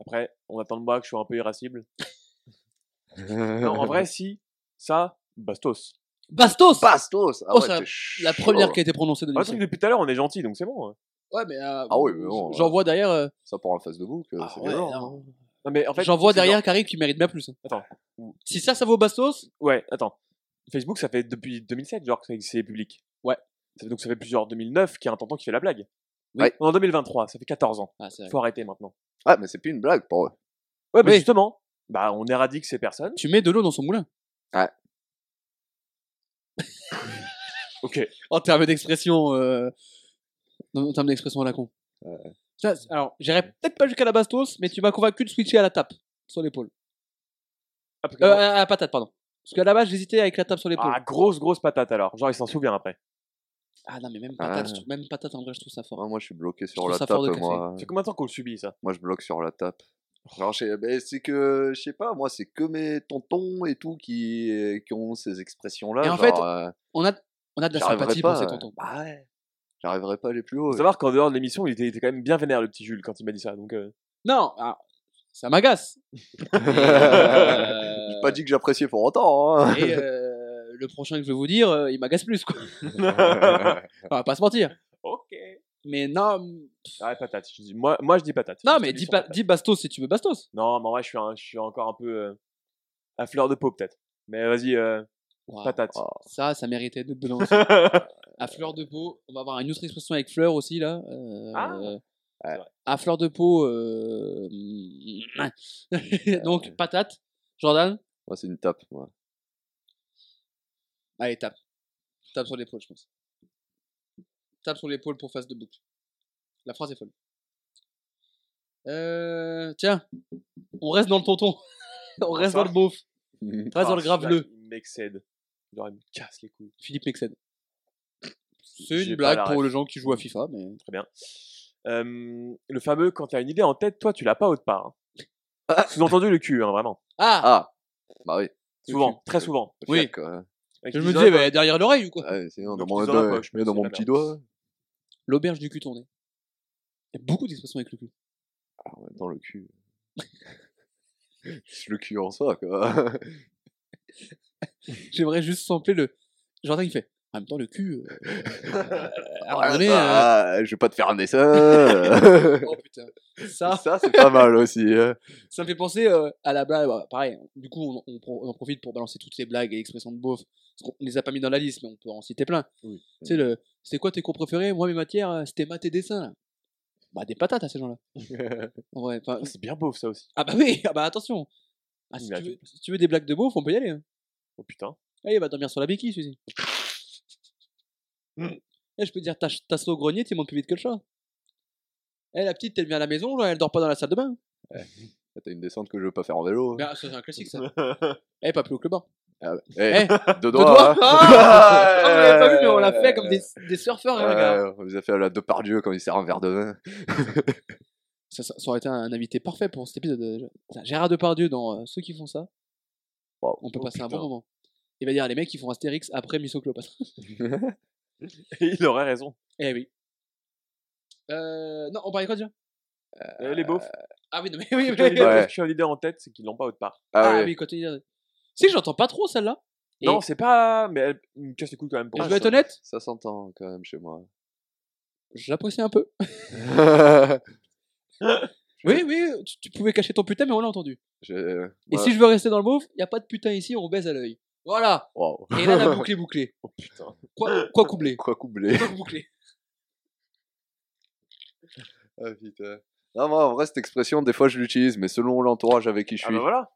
après, on attend de moi que je sois un peu irascible. <laughs> euh, Non, <laughs> en vrai, si, ça, bastos. Bastos Bastos ah Oh, ouais, c'est t'es La chaud. première qui a été prononcée de Ah, le truc, l'émission. depuis tout à l'heure, on est gentil, donc c'est bon. hein. Ouais, mais. euh, Ah oui, mais bon, J'en ouais. vois derrière. euh, hein. Ça pour un face de bouc, euh, ah c'est ouais, violent, hein. non. Non, mais en fait, J'en vois c'est derrière Karim qui mérite bien plus. hein. Attends. Si ça, ça vaut Bastos, genre- Ouais, attends. Facebook, ça fait depuis 2007, genre, que c'est- c'est public. Ouais. Ça fait- donc ça fait plusieurs 2009 qu'il y a un tonton qui fait la blague. Oui. Ouais. En 2023, ça fait 14 ans. ah, c'est vrai. Faut arrêter maintenant. Ah, mais c'est plus une blague pour eux. Ouais, mais Oui. justement, bah, on éradique ces personnes. tu mets de l'eau dans son moulin. Ok. En termes d'expression. euh, En termes d'expression à la con. Ouais. Ça, c'est- alors, j'irai peut-être pas jusqu'à la Bastos, mais tu m'as convaincu de switcher à la tape sur l'épaule. Ah, parce que- Euh, à la patate, pardon. Parce qu'à la base, j'hésitais avec la tape sur l'épaule. Ah, Ah, grosse, grosse patate alors. Genre, il s'en souvient après. non, mais même Ah. patate, je trouve- même patate, en vrai, je trouve ça fort. Ah, moi, je suis bloqué sur trouve la ça tape, euh, fort de Oh. café. moi. C'est combien de temps qu'on le subit, ça Moi, je bloque sur la tape. Genre, je sais- ben, c'est que, je sais pas, moi, c'est que mes tontons et tout qui, qui ont ces expressions-là. Et en genre, fait, euh, On a, on a de la J'arriverai sympathie pas, pour ces ouais. tontons. bah ouais, j'arriverai pas à aller plus haut. Faut savoir qu'en dehors de l'émission, il était, il était quand même bien vénère, le petit Jules, quand il m'a dit ça. Donc, euh, Non, ah, ça <laughs> m'agace. Euh, J'ai Euh, pas dit que j'appréciais pour autant. hein. Et euh, le prochain que je vais vous dire, euh, il m'agace plus, quoi. On va pas se mentir. Ok. Mais non, m- Ah, patate. Je dis- moi, moi, je dis patate. non Je mais te dis, sur pas- patate. dis Bastos si tu veux Bastos. Non, mais en vrai, je suis, un- je suis encore un peu euh, à fleur de peau, peut-être. Mais vas-y, euh, Ouah, patate. Oh. Ça, ça méritait d'être dedans. <laughs> aussi. ah, à fleur de peau, on va avoir une autre expression avec fleur aussi, là. Euh, Ah, ouais. À fleur de peau. euh, <laughs> Donc, patate. Jordan, <laughs> Moi, c'est une tape. Moi. allez, tape. Tape sur l'épaule, je pense. Tape sur l'épaule pour face de boucle. La phrase est folle. Euh, tiens, on reste dans le tonton. <laughs> on reste dans le <laughs> beauf. Mhm. Reste dans Ah, le celui-là, grave-le. Ah, Il m'excède. Genre, il me casse les couilles. Philippe Mexen. C'est J'ai une pas blague la pour ref. les gens qui jouent à FIFA, mais. Très bien. Euh, le fameux, quand t'as une idée en tête, toi, tu l'as pas autre part. hein. Sous-entendu le cul, hein, vraiment. Ah, Ah, bah oui. Le Souvent, cul. très souvent. le Oui. fiac, quoi. Je me ah, disais, bah, derrière l'oreille ou quoi Ouais, c'est dans Donc, mon, tu dois la dans- poche, mets dans c'est mon la petit merde. doigt. L'auberge du cul tourné. Il y a beaucoup d'expressions avec le cul. <laughs> Ah, en même temps, le cul. <laughs> C'est le <laughs> cul en soi, quoi. J'aimerais juste sampler le. Jordan, il fait. En même temps, le cul. euh, à un moment Ah, donné, euh, bah, Je vais pas te faire un dessin. <laughs> oh putain. Ça, Ça, c'est pas mal aussi. hein. ça me fait penser euh, à la blague. bah, pareil, du coup, on, on pro- on en profite pour balancer toutes ces blagues et expressions de beauf. Parce qu'on les a pas mis dans la liste, mais on peut en citer plein. Oui. Tu sais, le, c'était quoi tes cours préférés Moi, mes matières, euh, c'était maths et dessin. là. Bah, des patates à ces gens-là. En vrai, enfin, Ah, C'est bien beauf ça aussi. Ah bah oui, ah bah attention. Ah, si, Mais tu veux, si tu veux des blagues de beauf, on peut y aller. hein. Oh putain. Allez, va dormir sur la béquille, Suzy. Mm. Eh, je peux te dire, t'as- t'as au grenier, tu montes plus vite que le chat. Eh, la petite, elle vient à la maison, là, elle dort pas dans la salle de bain. Ah, T'as une descente que je veux pas faire en vélo. Bah, ça, c'est un classique, ça. eh, pas plus haut que le bas. Ah, Eh, eh, deux Deux doigts. doigts hein. <laughs> Ah, on l'avait pas vu, mais on l'a fait comme des, des surfeurs, hein, les gars. Ouais, on vous a fait à la Depardieu quand il sert un verre de vin. Ça, ça- ça aurait été un invité parfait pour cet épisode. euh, Putain, Gérard Depardieu dans euh, Ceux qui font ça. Wow. bah, On peut Oh, passer un bon putain. moment. Il va dire, les mecs, ils font Astérix après Miss Cléopâtre. Et <laughs> il aurait raison. <laughs> Eh oui. Euh, non, on parlait quoi déjà Euh, les beaufs. Ah oui, non, mais <laughs> oui, oui, J'ai oui. Ouais. un leader en tête, c'est qu'ils l'ont pas autre part. Ah, Ah ouais. oui, continue. Si, j'entends pas trop celle-là. Et- Non, c'est pas. Mais elle me casse les couilles quand même pour Et je ça. vais être honnête, Ça s'entend quand même <laughs> chez moi. j'apprécie un peu. Oui, oui, tu, tu pouvais cacher ton putain, mais on l'a entendu. Je- Et ouais. si je veux rester dans le mauve, y a pas de putain ici, on baise à l'œil. Voilà. Wow. Et là, la boucle est bouclée. Oh putain. Quoi, quoi couplé <laughs> <laughs> Quoi couplé Quoi <laughs> bouclé Ah putain. Non, moi en vrai, cette expression, des fois je l'utilise, mais selon l'entourage avec qui je Ah suis. bah voilà.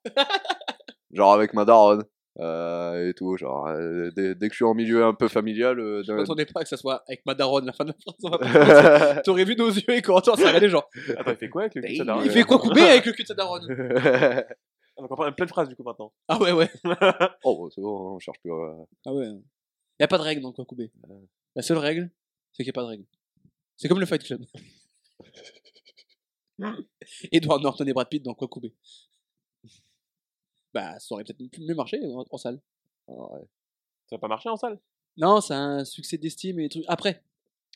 Genre avec ma daronne euh, et tout. Genre, euh, dès, dès que je suis en milieu un peu familial. euh, Je d'un- <laughs> m'attendais pas que ça soit avec ma daronne, la fin de la phrase. <laughs> on va pas- <laughs> T'aurais vu nos yeux et Corentin, ça regardait genre. Attends, il fait quoi avec le cul de sa Il daronne Bah, Il fait quoi couper avec le cul de sa <laughs> daronne Ah, Donc on parle plein de phrases du coup maintenant. Ah ouais, ouais. oh, bah, c'est bon, on cherche <laughs> plus. euh, <laughs> Ah ouais. Y a pas de règle dans le quoi couper. La seule règle, c'est qu'il y a pas de règle. C'est comme le Fight <laughs> Club. Edward Norton et Brad Pitt dans quoi couper. Bah, ça aurait peut-être mieux marché en, en salle. ouais. Ça va pas marcher en salle Non, c'est un succès d'estime et des trucs après.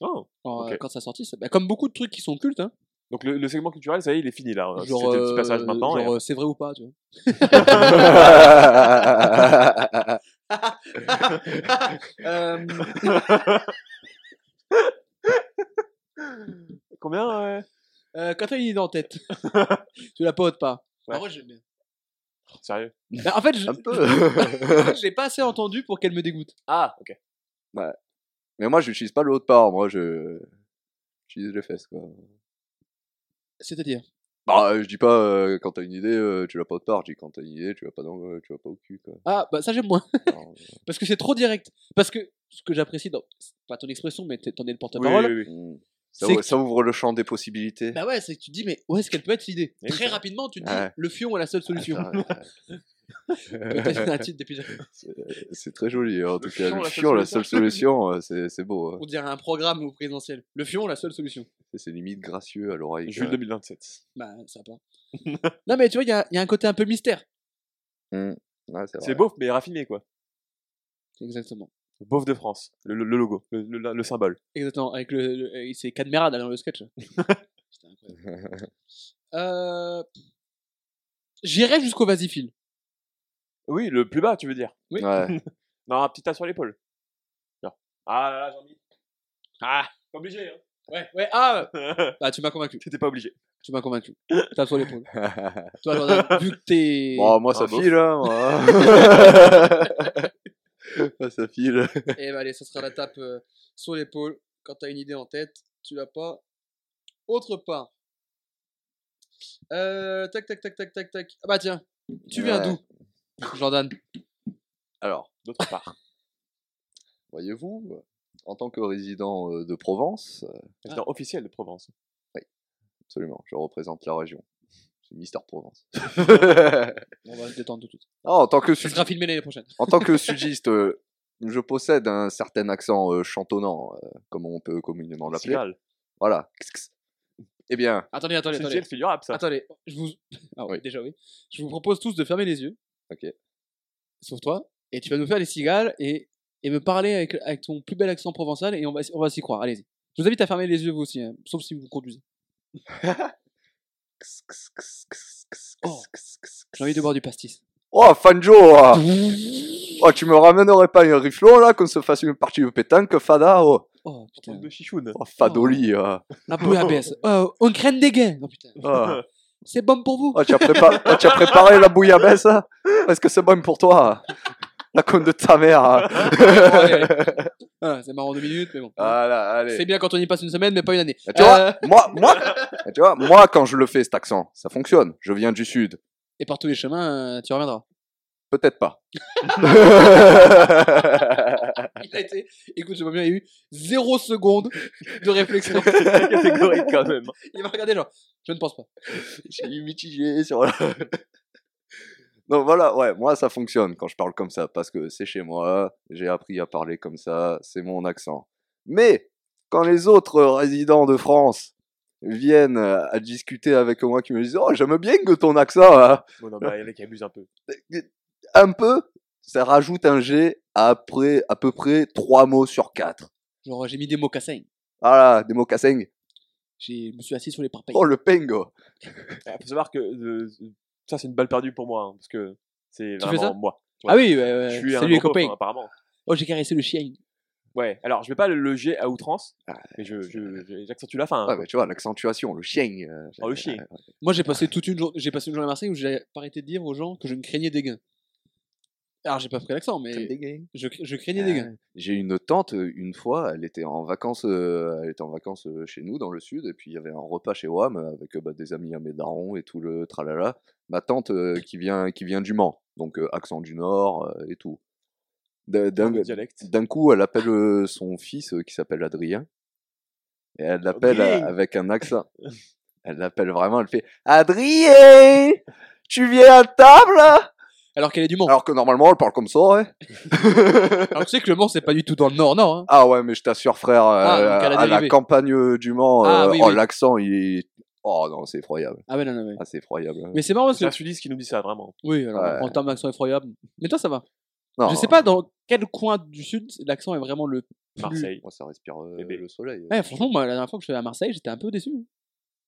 Oh. En, euh, Ok. Quand ça sortit, ça- bah, comme beaucoup de trucs qui sont cultes, hein. Donc le, le segment culturel, ça y est, il est fini là. C'était genre, le petit euh, passage maintenant. genre, et- euh, c'est vrai ou pas, tu vois. Euh, Combien euh, euh, quand t'as une idée en <laughs> tête, tu la potes pas. Ouais. En vrai, j'aime bien. Sérieux Bah, en fait, je, <laughs> un peu. en fait, je l'ai pas assez entendu pour qu'elle me dégoûte. Ah, ok. mais moi, j'utilise pas le haut de part. Moi, je. J'utilise les fesses, quoi. C'est-à-dire. Bah, euh, je dis pas euh, quand t'as une idée, euh, tu l'as pas de part. Je dis quand t'as une idée, tu l'as pas dans, le- tu l'as pas au cul. Quoi. Ah, bah ça j'aime moins. <laughs> Alors, euh, Parce que c'est trop direct. Parce que ce que j'apprécie dans. c'est Pas ton expression, mais t'es- t'en es le Oui, porte-parole. oui, oui. mm. ça, C'est ou- que- ça ouvre le champ des possibilités. Bah ouais, c'est que tu te dis, mais où est-ce qu'elle peut être l'idée Eh Oui, Ah, c'est Très vrai. rapidement, tu te dis, Ouais. le fion est la seule solution. Attends, <laughs> euh, Peut-être <laughs> un titre depuis <laughs> c'est- euh, c'est très joli hein, en tout cas. fion, Le la seule fion, la seule solution, euh, c'est c'est beau. hein. On dirait un programme ou présentiel. Le fion, la seule solution. C'est- C'est limite gracieux à l'oreille. Jules 2027. Bah, ça va. pas. non, mais tu vois, il y a, il y a un côté un peu mystère. quoi. Ah, Ouais, C'est vrai. beauf, mais raffiné quoi. Exactement. Beauf de France. Le, le- le logo, le, le- le symbole. Exactement. Avec le. le- euh, c'est Cadmerade dans le <laughs> sketch. C'était incroyable. Euh, J'irai jusqu'au vasifil. Oui, le plus bas, tu veux dire. Oui. Ouais. Non, un petit tas sur l'épaule. Genre, Ah là là, j'en ai. Ah Pas obligé, Ouais, ouais, ah hein <laughs> Bah, tu m'as convaincu. T'étais pas obligé. Tu m'as convaincu. Tape sur l'épaule. <laughs> Toi, Jordan, vu que t'es. Bon, moi, Un ça beauf. file. Hein, <laughs> moi. Moi, ça file. Et bah, allez, ça sera la tape euh, sur l'épaule. Quand t'as une idée en tête, tu l'as pas. Autre part. Euh, tac, tac, tac, tac, tac, tac. Ah bah tiens, tu viens Ouais. d'où, Jordan Alors, D'autre part. voyez-vous, en tant que résident euh, de Provence, Président officiel de Provence. Absolument, je représente la région. C'est Mister <laughs> Provence. On va se bah, détendre tout de suite. Ah, en tant que, Ça sud- sera filmé l'année prochaine. en tant que sudiste, euh, je possède un certain accent euh, chantonnant, euh, comme on peut communément l'appeler. Signal. Voilà. Eh bien, Attendez, attendez, C'est attendez. le figurable, ça. Attendez, je vous. <laughs> Ah ouais, Oui. déjà oui. Je vous propose tous de fermer les yeux. Ok. Sauf toi. Et tu vas nous faire les cigales et, et me parler avec, avec ton plus bel accent provençal et on va, on va s'y croire. Allez-y. Je vous invite à fermer les yeux vous aussi, hein, sauf si vous conduisez. J'ai envie de boire du pastis. Oh, Fanjo oh. Oh, tu me ramènerais pas un riflon, là, qu'on se fasse une partie de pétanque, Fada Oh, <laughs> Oh putain. de chichoun. oh Fadoli oh. La bouillabaisse. Oh, on craigne des gains. Oh putain. Oh. C'est bon pour <laughs> vous. Oh, tu as, prépa- oh, tu as préparé la bouillabaisse hein Est-ce que c'est bon pour toi hein La conne de ta mère hein Bon, <laughs> allez, allez. Ah, c'est marrant deux minutes, mais bon. Voilà, allez. C'est bien quand on y passe une semaine, mais pas une année. Euh, Et tu vois, moi, moi, et tu vois, moi, quand je le fais, cet accent, ça fonctionne. Je viens du Sud. Et par tous les chemins, euh, tu reviendras. Peut-être <laughs> pas. <laughs> Il a été, écoute, je vois bien, il y a eu zéro seconde de <laughs> réflexion. Catégorique quand même. <laughs> Il m'a regardé genre, je ne pense pas. J'ai eu mitigé <laughs> sur la... Donc voilà, ouais, moi, ça fonctionne quand je parle comme ça, parce que c'est chez moi, j'ai appris à parler comme ça, c'est mon accent. Mais quand les autres résidents de France viennent euh, à discuter avec moi, qui me disent « Oh, j'aime bien que ton accent hein. Bon, non, mais il y en a qui abusent un peu. un peu, ça rajoute un G après à peu près trois mots sur quatre. Genre, j'ai mis des mocassins. Voilà, des mots cassing. J'ai- Je me suis assis sur les parpaings. Oh, le pengo. Il Eh, faut savoir que euh, ça, c'est une balle perdue pour moi, hein, parce que c'est Tu fais ça vraiment moi. Ah oui, ouais, ouais, Je suis un salut les gros copain, copains. apparemment. Oh, j'ai caressé le chien. Ouais, alors je vais pas le loger à outrance, Ah, mais je, je- je- j'accentue la fin. hein. Ouais, mais tu vois, l'accentuation, le chien. euh, Oh, le chien. Moi, j'ai passé toute une journée, j'ai passé une journée à Marseille où j'ai pas arrêté de dire aux gens que je ne craignais des gains. Alors, j'ai pas pris l'accent, mais je, je craignais Ah. des gains. J'ai une tante, euh, une fois, elle était en vacances, euh, elle était en vacances euh, chez nous, dans le sud, et puis il y avait un repas chez WAM avec euh, bah, des amis à mes darons et tout le tralala. Ma tante euh, qui, vient, qui vient du Mans, donc euh, accent du Nord euh, et tout. D'un- Dans d'un- le dialecte. D'un coup, elle appelle euh, son fils euh, qui s'appelle Adrien. Et elle l'appelle euh, Adrien avec un accent. Elle l'appelle vraiment, elle fait Adrien Tu viens à table Alors qu'elle est du Mans. Alors, Alors que normalement, elle parle comme ça, hein. ouais. tu sais que le Mans, c'est pas du tout dans le nord, non. hein. Ah ouais, mais je t'assure, frère, euh, Ah, donc à la à la dérivée. campagne euh, du Mans, Ah, euh, oui, oh, oui. l'accent, il est. Oh non, c'est effroyable. Ah, ouais, non, non, ouais. Ah, c'est effroyable. Mais c'est marrant parce Euh, C'est que. un sudiste qui nous dit ça, vraiment. Oui, alors, Ouais. en termes d'accent effroyable. Mais toi, ça va. Non, Je sais pas dans quel coin du sud l'accent est vraiment le plus. Marseille. Moi, ça respire euh, Bébé. le soleil. Ouais, franchement, moi, la dernière fois que je suis allé à Marseille, j'étais un peu déçu.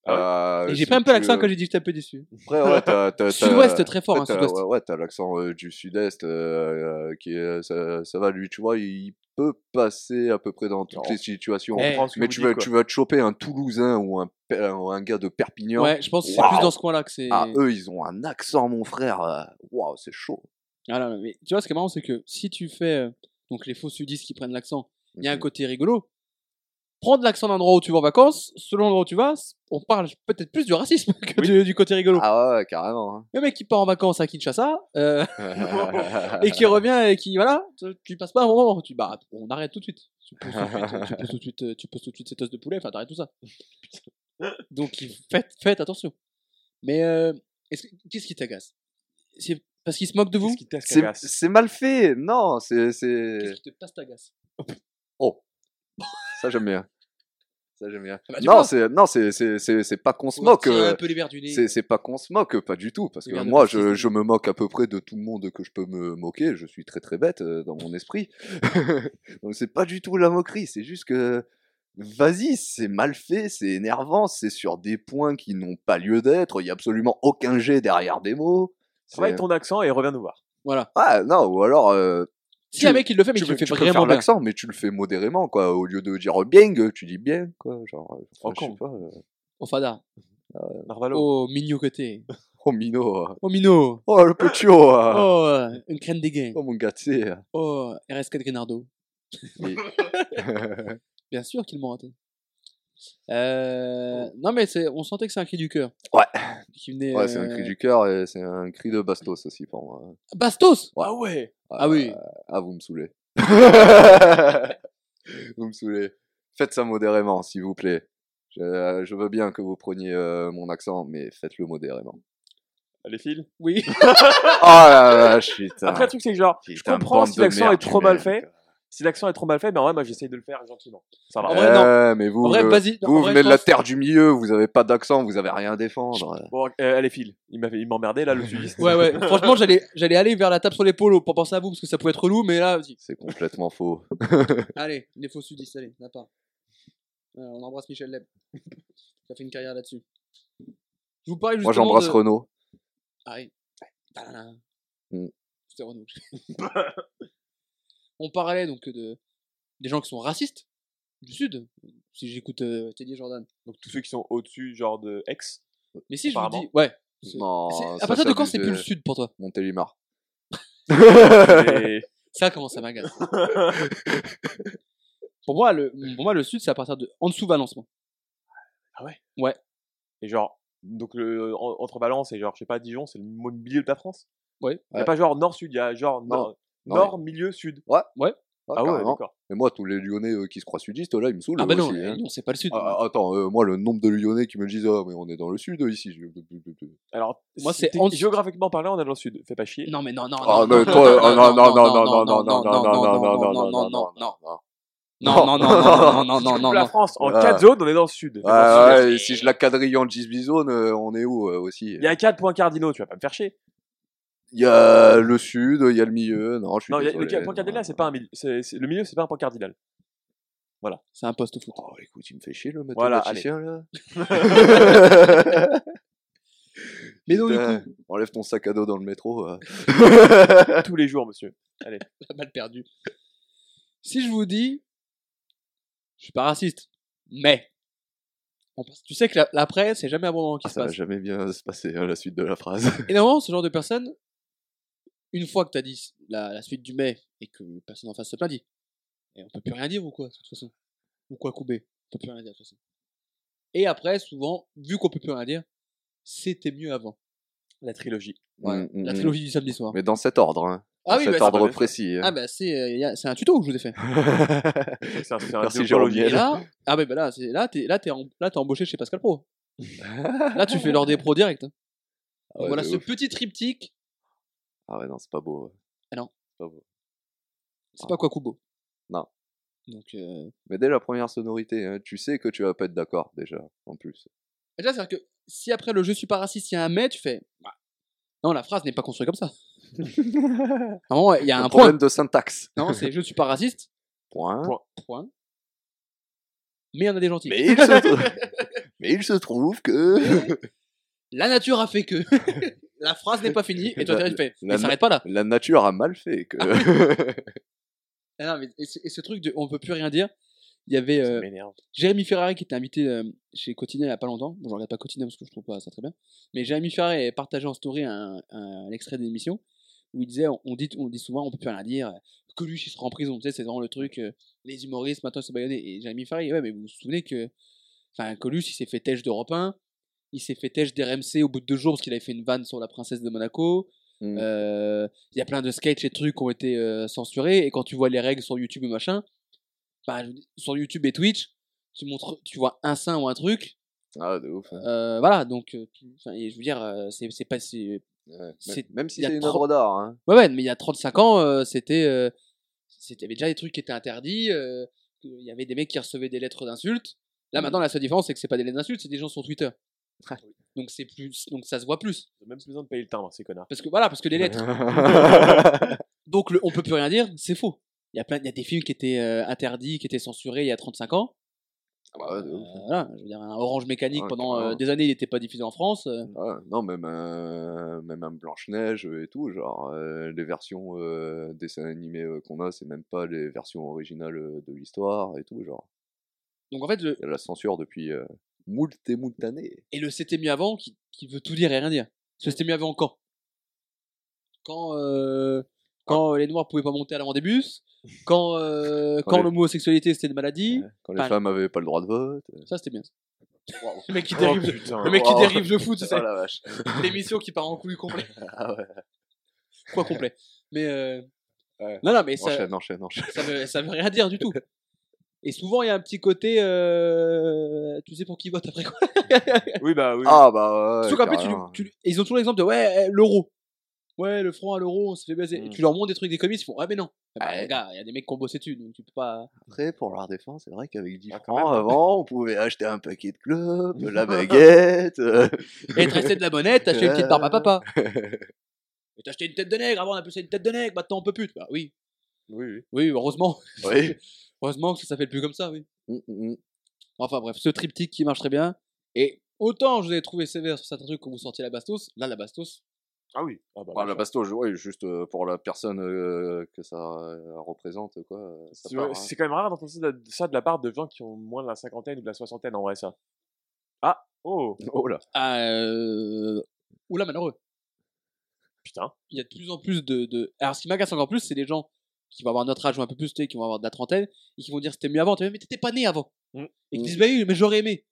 Euh, Et j'ai si pris un peu tu, l'accent euh, quand j'ai dit que j'étais un peu déçu. Après, ouais, <laughs> t'as- t'as- Sud-ouest, t'as- très fort, hein, t'as- sud-ouest. Ouais, ouais, t'as l'accent euh, du sud-est euh, euh, qui est, euh, ça, ça va, lui, tu vois, il peut passer à peu près dans toutes Alors, les situations. Eh, On prend ce que mais vous tu dites, vas, quoi. tu vas te choper un Toulousain ou un, Pe- ou un gars de Perpignan. Ouais, je pense que c'est Waouh. plus dans ce coin-là que c'est. Ah, eux, ils ont un accent, mon frère. euh, Waouh, c'est chaud. Ah non, non, mais tu vois, ce qui est marrant, c'est que si tu fais euh, donc les faux sudistes qui prennent l'accent, il y a un Mhm. côté rigolo. Prendre l'accent d'un endroit où tu vas en vacances, selon l'endroit où tu vas, c- on parle peut-être plus du racisme <laughs> que du, du côté rigolo. Ah ouais, ouais, <laughs> carrément. hein. Le mec qui part en vacances à Kinshasa euh, et et qui revient et qui voilà, tu- tu passes pas un bon moment. Tu bah, on arrête tout de suite. Tu poses tout de suite, euh, tu poses tout de suite, euh, tu poses tout de suite cette os de poulet. Enfin, t'arrêtes tout ça. <laughs> Donc il- faites, faites attention. Mais euh, est-ce que- qu'est-ce qui t'agace C'est parce qu'il se moque de vous Qu'est-ce qui tasse C'est- cagasse C'est mal fait. Non, c'est. c'est- Qu'est-ce qui te passe t'agace Ça, j'aime bien. Ça, j'aime bien. Ah bah, tu non, vois. c'est- non, c'est- c'est c'est- c'est pas qu'on se On moque. tire euh, un peu les verres du nez. C'est, c'est pas qu'on se moque, pas du tout, parce Il que vient de moi, passer. je, je me moque à peu près de tout le monde que je peux me moquer. Je suis très très bête euh, dans mon esprit. <laughs> Donc c'est pas du tout la moquerie, c'est juste que vas-y, c'est mal fait, c'est énervant, c'est sur des points qui n'ont pas lieu d'être. Il y a absolument aucun jet derrière des mots. Travaille C'est- ton accent et reviens nous voir. Voilà. Ah non, ou alors euh, Si Tu- un mec il le fait, mais tu, qu'il peux, le fait tu peux vraiment faire bien. l'accent, mais tu le fais modérément, quoi. Au lieu de dire bien, tu dis bien, quoi. Genre, euh, Oh, je sais con. pas, euh, Au Oh, fada. Narvalo. Oh, mignon côté. oh minot, euh. Oh, minot. oh le petit oh, euh. Oh, euh, une crème des gains. Oh, mon gars, tu sais, euh. Oh, RS4 Grenardo. Oui. <laughs> <laughs> Bien sûr qu'ils m'ont raté. Euh, Non, mais c'est... on sentait que c'est un cri du cœur. Oh. Ouais. Qui venait, Ouais, c'est un cri euh, du cœur et c'est un cri de bastos aussi pour moi. Bastos Ah ouais Ah oui. Ah, vous me saoulez. <laughs> vous me saoulez. Faites ça modérément, s'il vous plaît. Je, je veux bien que vous preniez euh, mon accent, mais faites-le modérément. Les fils Oui. Oh Ah la vache, putain. <laughs> Après, le truc, c'est que genre, je Putain, comprends bande si de l'accent merde, est trop tu mal mets- fait. Si l'accent est trop mal fait, mais en vrai, moi, j'essaye de le faire gentiment. Ça va. En vrai, non. Eh, mais vous, En vrai, euh, vas-y. non, vous en vrai, venez de je la pense- terre du milieu, vous avez pas d'accent, vous avez rien à défendre. Bon, euh, les fils. Il m'avait- il m'emmerdait, là, le <laughs> sudiste. Ouais, ouais. Franchement, j'allais, j'allais aller vers la table sur les polos pour penser à vous parce que ça pouvait être relou, mais là, vas-y. C'est complètement faux. Allez, les faux sudistes, allez, n'a pas. Euh, on embrasse Michel Leb. <laughs> Il a fait une carrière là-dessus. Je vous parlais justement. Moi, j'embrasse de- Renaud. Ah oui. Tadadam. Mm. C'était Renaud. On parlait donc de des gens qui sont racistes du sud. Si j'écoute euh, Teddy Jordan. Donc tous ceux qui sont au-dessus, genre de <laughs> ex. Mais si je vous Apparemment. dis, ouais. C'est- Non, c'est- ça, euh à partir de quand c'est c'est abusé. plus le sud pour toi Montélimar. Et- Ça commence à <laughs> m'agacer. pour moi, le pour moi le sud c'est à partir de en dessous Valence. moi. Et genre, donc le, en- entre Valence et genre, je sais pas, Dijon, c'est le mo- milieu de la France. Ouais. Il n'y Ouais. a pas genre nord-sud, il y a genre Non. nord, Non, nord, milieu, sud. Ah, Ah ouais, carrément. d'accord. Mais moi, tous les Lyonnais euh, qui se croient sudistes, là, ils me saoulent. Ah bah eux non, aussi, hein. Lyon c'est pas le sud. Ah, attends, euh, moi, le nombre de Lyonnais qui me disent Ah, mais on est dans le sud euh, ici. Je- Alors, Moi, si c'est t'es- en- géographiquement parlant, on est dans le sud. Fais pas chier. Non mais non non Ah, non. mais toi, ah, non, non, non, non, non, non, non, non, non, non, non, non, non non. non non non non non non <laughs> non Tu coupes la non France en Ouais. quatre zones, on est dans le sud. Ouais, Dans le sud. ouais, et si je la quadrille en Gisbizone, on est où euh, aussi Il y a quatre points cardinaux, tu vas pas me faire chier. Il y a le sud, il y a le milieu. Non, je suis Non, il y a- désolé, le point non. cardinal, c'est pas un milieu. c'est- c'est- Le milieu, c'est pas un <laughs> point cardinal. c'est un poste au foot. Oh, écoute, il me fait chier le Voilà, mathématicien là. <laughs> Mais donc du Putain, coup, enlève ton sac à dos dans le métro. <laughs> euh. Tous les jours, monsieur. la balle perdue. Si je vous dis, je suis pas raciste, mais on passe- tu sais que la- l'après c'est jamais abondant qui Ah, se ça va passe. jamais bien se passer hein, la suite de la <laughs> phrase. Et normalement, ce genre de personne, une fois que t'as dit la, la suite du mais et que personne en face se plaint, dit Et on peut plus rien dire ou quoi, de toute façon Ou quoi, Koubé On peut plus rien dire, de toute façon. Et après, souvent, vu qu'on peut plus rien dire, c'était mieux avant. La trilogie. Ouais, Mm, mm, la mm. trilogie du samedi soir. Mais dans cet ordre, hein. Ah Dans oui, cet bah, ça ordre doit être- précis. hein. Ah bah c'est euh, y a- c'est un tuto que je vous ai fait. Ah, <laughs> C'est un- c'est un Merci, duo Jérôme chronologique. Et Niel. là, ah bah, bah là, c'est- là t'es là t'es en- là, t'es embauché chez Pascal Pro. <laughs> là tu fais l'ordre des pros direct. hein. Ah ouais, voilà de ce ouf. petit triptyque. Ah ouais, non, c'est pas beau. ouais. C'est pas quoi Kubo. Non. Donc euh, Mais dès la première sonorité, hein, tu sais que tu vas pas être d'accord déjà, en plus. Et Déjà, c'est-à-dire que si après le je suis pas raciste, il y a un mais, tu fais. bah, non, la phrase n'est pas construite comme <laughs> ça. non, il y a Un un point. problème de syntaxe. Non, c'est je suis pas raciste, Point. Point. point. Mais on a des gentils. Mais il se <laughs> trouve, mais il se trouve <laughs> que La nature a fait que. <laughs> la phrase n'est pas finie, <laughs> et toi, La- t'arrives, tu fais. la- Mais ça s'arrête pas là. la nature a mal fait. Que... <laughs> Ah non, mais- et, ce, et ce truc de on peut plus rien dire, il y avait. Ça euh, m'énerve. Jérémy Ferrari qui était invité euh, chez Quotidien il y a pas longtemps. Bon, je regarde pas Quotidien parce que je trouve pas ça très bien. Mais Jérémy Ferrari avait partagé en story un, un extrait d'émission où il disait on, on dit, on dit souvent, on peut plus rien dire, Coluche il sera en prison, tu sais, c'est vraiment le truc, euh, les humoristes maintenant ils sont baïonnés. Et Jérémy Ferrari, ouais, mais vous vous souvenez que enfin, Coluche il s'est fait têche d'Europe 1, il s'est fait têche d'RMC au bout de deux jours parce qu'il avait fait une vanne sur la princesse de Monaco. Mm. Euh, Il y a plein de sketchs et trucs qui ont été euh, censurés. Et quand tu vois les règles sur YouTube et machin, bah, je veux dire, sur YouTube et Twitch, tu montres, tu vois un sein ou un truc, Ah, de ouf. hein. euh, voilà. Donc, euh, tu- enfin, et je veux dire, euh, c'est c'est pas, c'est- Ouais. C'est- Même si y a c'est une trop- œuvre d'art. hein. ouais, ouais, mais il y a 35 ans, euh, c'était, euh, c'était- il y avait déjà des trucs qui étaient interdits. euh, Il y avait des mecs qui recevaient des lettres d'insultes. Là, Mhm. maintenant, la seule différence, c'est que c'est pas des lettres d'insultes, c'est des gens sur Twitter. Donc, c'est plus, donc ça se voit plus. Ils ont même plus besoin de payer le timbre, ces connards. Parce que voilà, parce que Bah, les <laughs> lettres. Ah Donc, le, on peut plus rien dire, c'est faux. Il y a plein, il y a des films qui étaient euh, interdits, qui étaient censurés il y a 35 ans. Ah bah, de Euh, <laughs> ouf. Ah, voilà, je veux dire, un Orange Mécanique Ouais, pendant clairement. euh, des années, il n'était pas diffusé en France. euh, Ah, non, même un, même un Blanche-Neige et tout, genre, euh, les versions euh, dessins animés euh, qu'on a, c'est même pas les versions originales euh, de l'histoire et tout, genre. Donc en fait, le- Il y a la censure depuis euh, moult et moult années. et le c'était mieux avant qui, qui veut tout dire et rien dire. Ce c'était mieux avant quand Quand, euh, quand Ah. euh, les Noirs pouvaient pas monter à l'avant des bus, quand, <laughs> euh, Quand quand les- l'homosexualité c'était une maladie, hein, Quand Pas- les femmes avaient pas le droit de vote. ça c'était bien. Waouh. Le mec qui Oh dérive, de- putain. le mec qui wow. dérive le foot, <laughs> c'est Oh la vache. l'émission qui part en couille complet. Ah ouais. Quoi complet Mais euh, Ouais. non non mais ça, Enchaîne, enchaîne, enchaîne. ça veut, ça veut rien dire du tout. Et souvent, il y a un petit côté. euh, tu sais pour qui vote après quoi Oui, bah oui. Ah bah ouais. Surtout qu'après, tu, carrément. tu- et ils ont toujours l'exemple de ouais, eh, l'euro. Ouais, le franc à l'euro, on s'est fait baiser. Et Mm. tu leur montres des trucs des comics, ils font ah, mais non. Ah bah, Mmh. Ouais. les gars, il y a des mecs qui ont bossé dessus, donc tu peux pas. Après, pour leur défense, c'est vrai qu'avec 10 Ah, quand francs avant, on pouvait acheter un paquet de clubs, la <laughs> baguette. euh, Et te restait de la bonnette, <laughs> t'as acheté une petite barbe à papa. ouais, Et t'as acheté une tête de nègre, avant on appelait ça une tête de nègre, maintenant on peut plus. Bah oui, Oui, oui. oui, heureusement. Oui. heureusement que ça s'appelle plus comme ça, oui. Mm, mm, mm. Enfin bref, ce triptyque qui marche très bien. Et autant je vous ai trouvé sévère sur certains trucs quand vous sortiez la bastos, là la bastos, Ah oui. Ah bah, Enfin, Oh, la bah, basto, je- ouais, juste euh, pour la personne euh, que ça euh, représente, quoi. euh, ça c'est part, ouais, hein. c'est quand même rare d'entendre ça de- ça de la part de gens qui ont moins de la cinquantaine ou de la soixantaine en vrai ça. Ah oh <laughs> Oh là. Ah, euh... Oula, malheureux. putain. il y a de plus en plus de, de... Alors, ce qui m'agace encore plus, c'est les gens qui vont avoir notre âge ou un peu plus, tu sais, qui vont avoir de la trentaine, et qui vont dire c'était mieux avant. Tu vois, mais t'étais pas né avant. Mm. Et qui disent, bah oui, mais j'aurais aimé.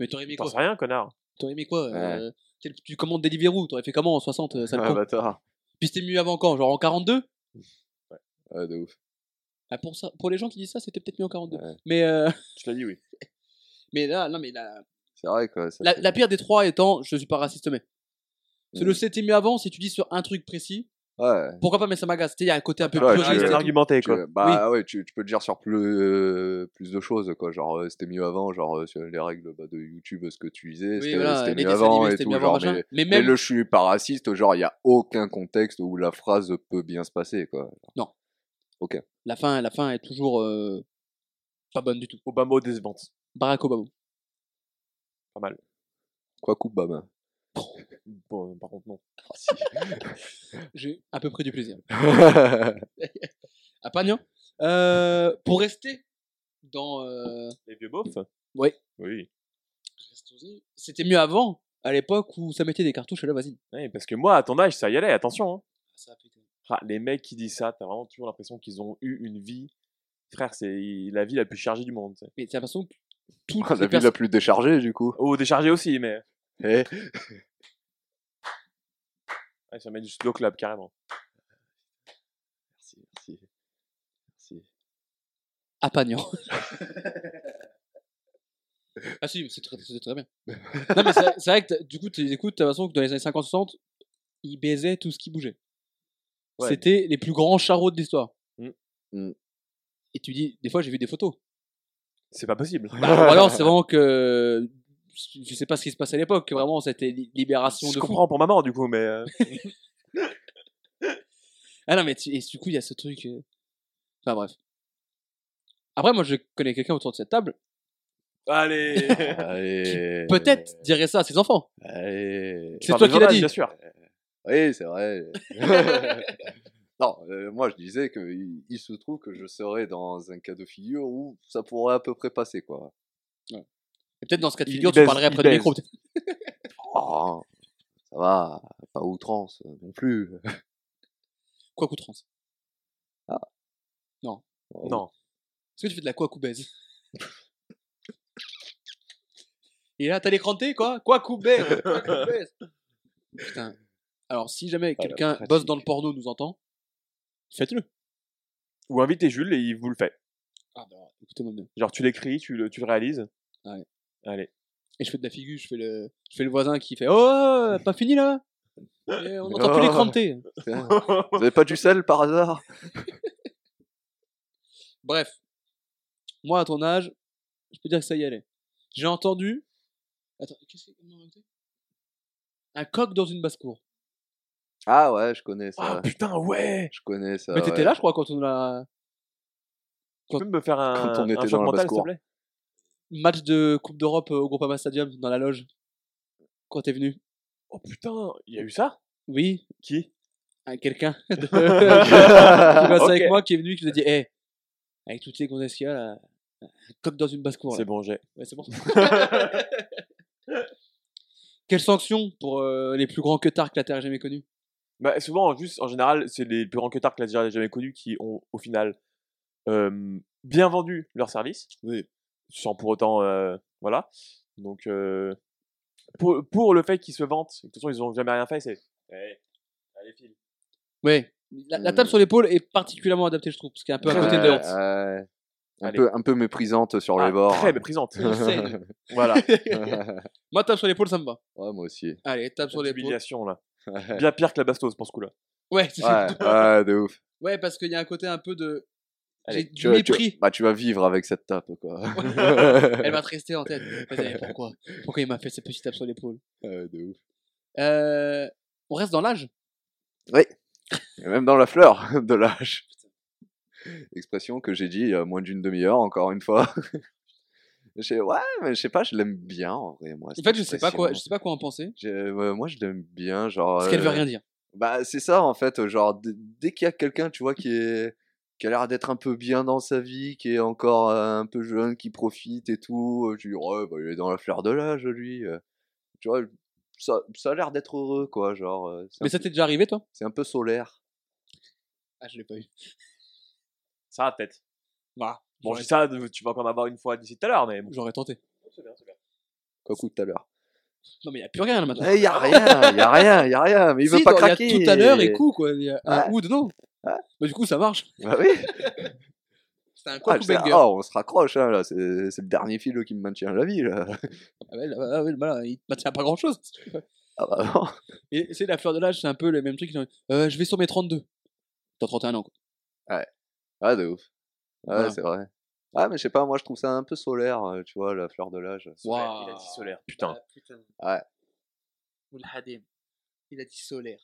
Mais t'aurais aimé T'en quoi sais rien connard. T'aurais aimé quoi euh, quel- Tu commandes Deliveroo, t'aurais fait comment en 60 euh, sale Ah, con bâtard. Puis c'était mieux avant quand Genre en 42 Ouais, de ouf. Ah, pour, ça, pour les gens qui disent ça, c'était peut-être mieux en 42. Ouais. Mais, euh, Je te l'ai dit oui. mais là, non, mais la, C'est vrai, quoi. ça la, fait- la pire des trois étant, je suis pas raciste, mais. C'est Mm. le c'était mieux avant si tu dis sur un truc précis. Ouais. Pourquoi pas, mais ça m'agace. Tu sais, Il y a un côté un peu Ouais, Ah, tu- il puriste et bien tout. argumenté Tu- quoi. bah ouais, tu, tu peux le dire sur plus, euh, plus de choses, quoi. Genre, euh, c'était mieux avant, genre euh, sur les règles bah, de YouTube, ce que tu disais, Oui, c'était voilà, c'était les mieux dessins avant animés, et c'était tout. mieux avant, machin. genre, mais, Mais mais même, le je suis pas raciste, genre, il n'y a aucun contexte où la phrase peut bien se passer, quoi. la fin, la fin est toujours euh, pas bonne du tout. Obama au décevante. Barack Obama. Pas mal. Quoi, coupe Bama <laughs> <laughs> Bon, par contre non. J'ai à peu près du plaisir. À Pagnan. Euh, pour rester dans. euh, Les vieux beaufs Ouais. Oui. C'était mieux avant, à l'époque où ça mettait des cartouches à la vasine. Ouais, parce que moi à ton âge ça y allait attention. hein. Ah, les mecs qui disent ça, t'as vraiment toujours l'impression qu'ils ont eu une vie. Frère, c'est la vie la plus chargée du monde. tu sais. Mais c'est l'impression que toutes la les ville la personnes. plus déchargée, du coup. Oh, déchargée aussi, mais. Eh, Ouais, ça met du slow club carrément. Merci, merci. Merci. À Pagnan. ah si, mais c'est très, c'est très <laughs> bien. non, mais c'est c'est vrai que t'as- du coup, tu les écoutes, t'as l'impression que dans les années 50-60, ils baisaient tout ce qui bougeait. Ouais. C'était les plus grands charreaux de l'histoire. Mm. Mm. Et tu dis, des fois, j'ai vu des <laughs> photos. C'est pas possible. Bah, ou alors c'est vraiment que je sais pas ce qui se passait à l'époque, que vraiment c'était li- libération Ah, Je de fou. comprends pour ma mort du coup, mais. <laughs> euh, Ah non mais tu- et du coup il y a ce truc. euh, Enfin bref. Après moi je connais quelqu'un autour de cette table, Allez Euh. Allez. peut-être dirait ça à ses enfants. Allez. C'est toi qui l'as dit. Bien sûr. Oui, c'est <laughs> vrai. non, euh, moi je disais que il, il se trouve que je serais dans un cas de figure où ça pourrait à peu près passer quoi. Et peut-être dans ce cas de Il- figure il tu baise, parlerais il après du baise. micro. peut-être. Oh, ça va, pas outrance euh, non plus. Quoi trans. Est-ce Non. que tu fais de la quoi coubaise <laughs> Et là t'as l'écran de thé, quoi Quoi coubaise Putain. Alors si jamais Ah, la quelqu'un pratique. bosse dans le porno nous entend, faites-le. Ou invitez Jules et il vous le fait. Ah bah écoutez-moi bien. Genre, tu l'écris, tu le, tu le réalises. Ouais. Allez. et je fais de la figure, je fais le, je fais le voisin qui fait Oh, pas fini là Et On entend Oh. plus l'écran de thé. Vous avez pas du sel par hasard Bref, moi à ton âge, je peux dire que ça y allait. J'ai entendu. Attends, qu'est-ce que. comment on dit Un coq dans une basse-cour. Ah ouais, je connais Ah ça. putain, ouais Je connais ça. Mais t'étais ouais. <laughs> là, je crois, quand on a. Tu peux me faire un, Quand on était un dans choc la mental, basse s'il te cour. plaît Match de Coupe d'Europe euh, au Groupama Stadium dans la loge. Quand t'es venu Oh putain, il y a eu ça Oui, Qui un quelqu'un <laughs> de- qui <laughs> bossait Ok. avec moi qui est venu, qui nous a dit Hé, avec toutes les gonzesses qu'il y a là, un coq dans une basse-cour. là. C'est bon, j'ai. Ouais, c'est bon. <laughs> Quelle sanction pour euh, les plus grands queutards que la Terre ait jamais connus Bah, souvent, juste, en général, c'est les plus grands queutards que la Nigeria ait jamais connus qui ont, au final, euh, bien vendu leur service. Oui. Sans pour autant. euh, voilà. Donc, euh, pour, pour le fait qu'ils se vantent, de toute façon, ils ont jamais rien fait, c'est. Eh, allez, file. Ouais. La, la Hmm. table sur l'épaule est particulièrement adaptée, je trouve, parce qu'elle est un peu à Ouais, côté de la ouais. honte. <laughs> Ouais. un Allez. peu un peu méprisante sur Ah, les bords. Très <laughs> méprisante. Insane. <laughs> voilà. Moi, table sur l'épaule, ça me va. ouais, <laughs> moi aussi. Allez, table sur Cette l'épaule. humiliation, là. Ouais, Bien pire que la bastos pour ce coup-là. Ouais, c'est- ouais. ouais, de ouf. parce qu'il y a un côté un peu de. Allez, J'ai du Tu, vas- tu- mépris. bah, tu vas vivre avec cette tape <laughs> quoi. <laughs> Elle va te rester en tête. Vas-y, mais pourquoi Pourquoi il m'a fait cette petite tape sur l'épaule Ouais, de ouf. Euh, On reste dans l'âge Et même dans la fleur <laughs> de l'âge. Expression que j'ai dit il y a moins d'une demi-heure, encore une fois. <laughs> J'ai- Ouais, mais je sais pas, je l'aime bien en vrai, moi. En cette fait, je sais pas quoi, je expression. sais pas quoi en penser. J'ai- hein. ouais, moi, je l'aime bien, genre. Parce qu'elle veut euh, rien dire. Bah, c'est ça, en fait. euh, Genre, d- dès qu'il y a quelqu'un, tu vois, qui est qui a l'air d'être un peu bien dans sa vie, qui est encore euh, un peu jeune, qui profite et tout, euh, je dis, ouais, bah, il est dans la fleur de l'âge, lui. euh. Tu vois, ça, ça a l'air d'être heureux, quoi. Genre, euh, c'est un Mais ça peu- t'est déjà arrivé, toi c'est un peu solaire. Ah, je l'ai pas eu. Ça, peut-être. Bah, Bon, je j'aurais- dis ça, tu vas encore en avoir une fois d'ici tout à l'heure, mais bon. j'aurais tenté. Quoi coup tout à <laughs> l'heure. Non, mais il y a plus rien là maintenant. Il y a rien, il y a rien, il y a rien. Mais il veut Si, pas dans- y a craquer. tout à l'heure et coup, quoi. Il y a un Ouais. ou non Bah, du coup, ça marche. Bah <laughs> oui. C'est un Ah, quoi je sais- banger. ah, on se raccroche, hein, là. C'est c'est le dernier fil qui me maintient la vie, là. <laughs> Ah ouais, là, là, là, là, il te maintient pas grand chose. Ah, bah, non. Et c'est la fleur de l'âge, c'est un peu le même truc. genre, Euh, je vais sur mes 32. T'as 31 ans, quoi. Ah, de ouf. Ouais, Voilà. c'est vrai. Ah, mais je sais pas, moi je trouve ça un peu solaire, euh, tu vois, la fleur de l'âge. Solaire, Waouh. Il a dit solaire. Putain. Ouais. Ou le Hadem. Il a dit solaire.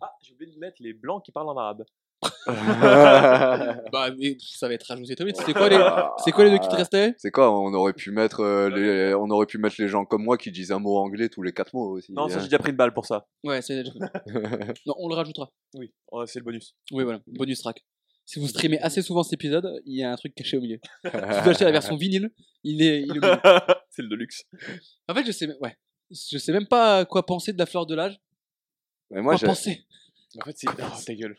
Ah, j'ai oublié de mettre les blancs qui parlent en arabe. c'est <laughs> Bah, mais ça va être rajouté très vite. <laughs> C'est quoi les, c'est quoi les deux qui te restaient Ah. C'est quoi On aurait pu mettre euh, les, on aurait pu mettre les gens comme moi qui disent un mot anglais tous les quatre mots aussi. Non, <laughs> ça, hein. j'ai déjà pris une balle pour ça. Ouais, c'est Non, on le rajoutera. Oui. Oh, c'est le bonus. Oui, voilà, bonus track. Si vous streamez assez souvent cet épisode, il y a un truc caché au milieu. Si vous achetez la version vinyle, il est, il est au milieu. c'est le deluxe. En fait, je sais, ouais. Je sais même pas quoi penser de la fleur de l'âge. Mais moi, Quoi j'ai- penser En fait, c'est. <laughs> Oh, ta gueule.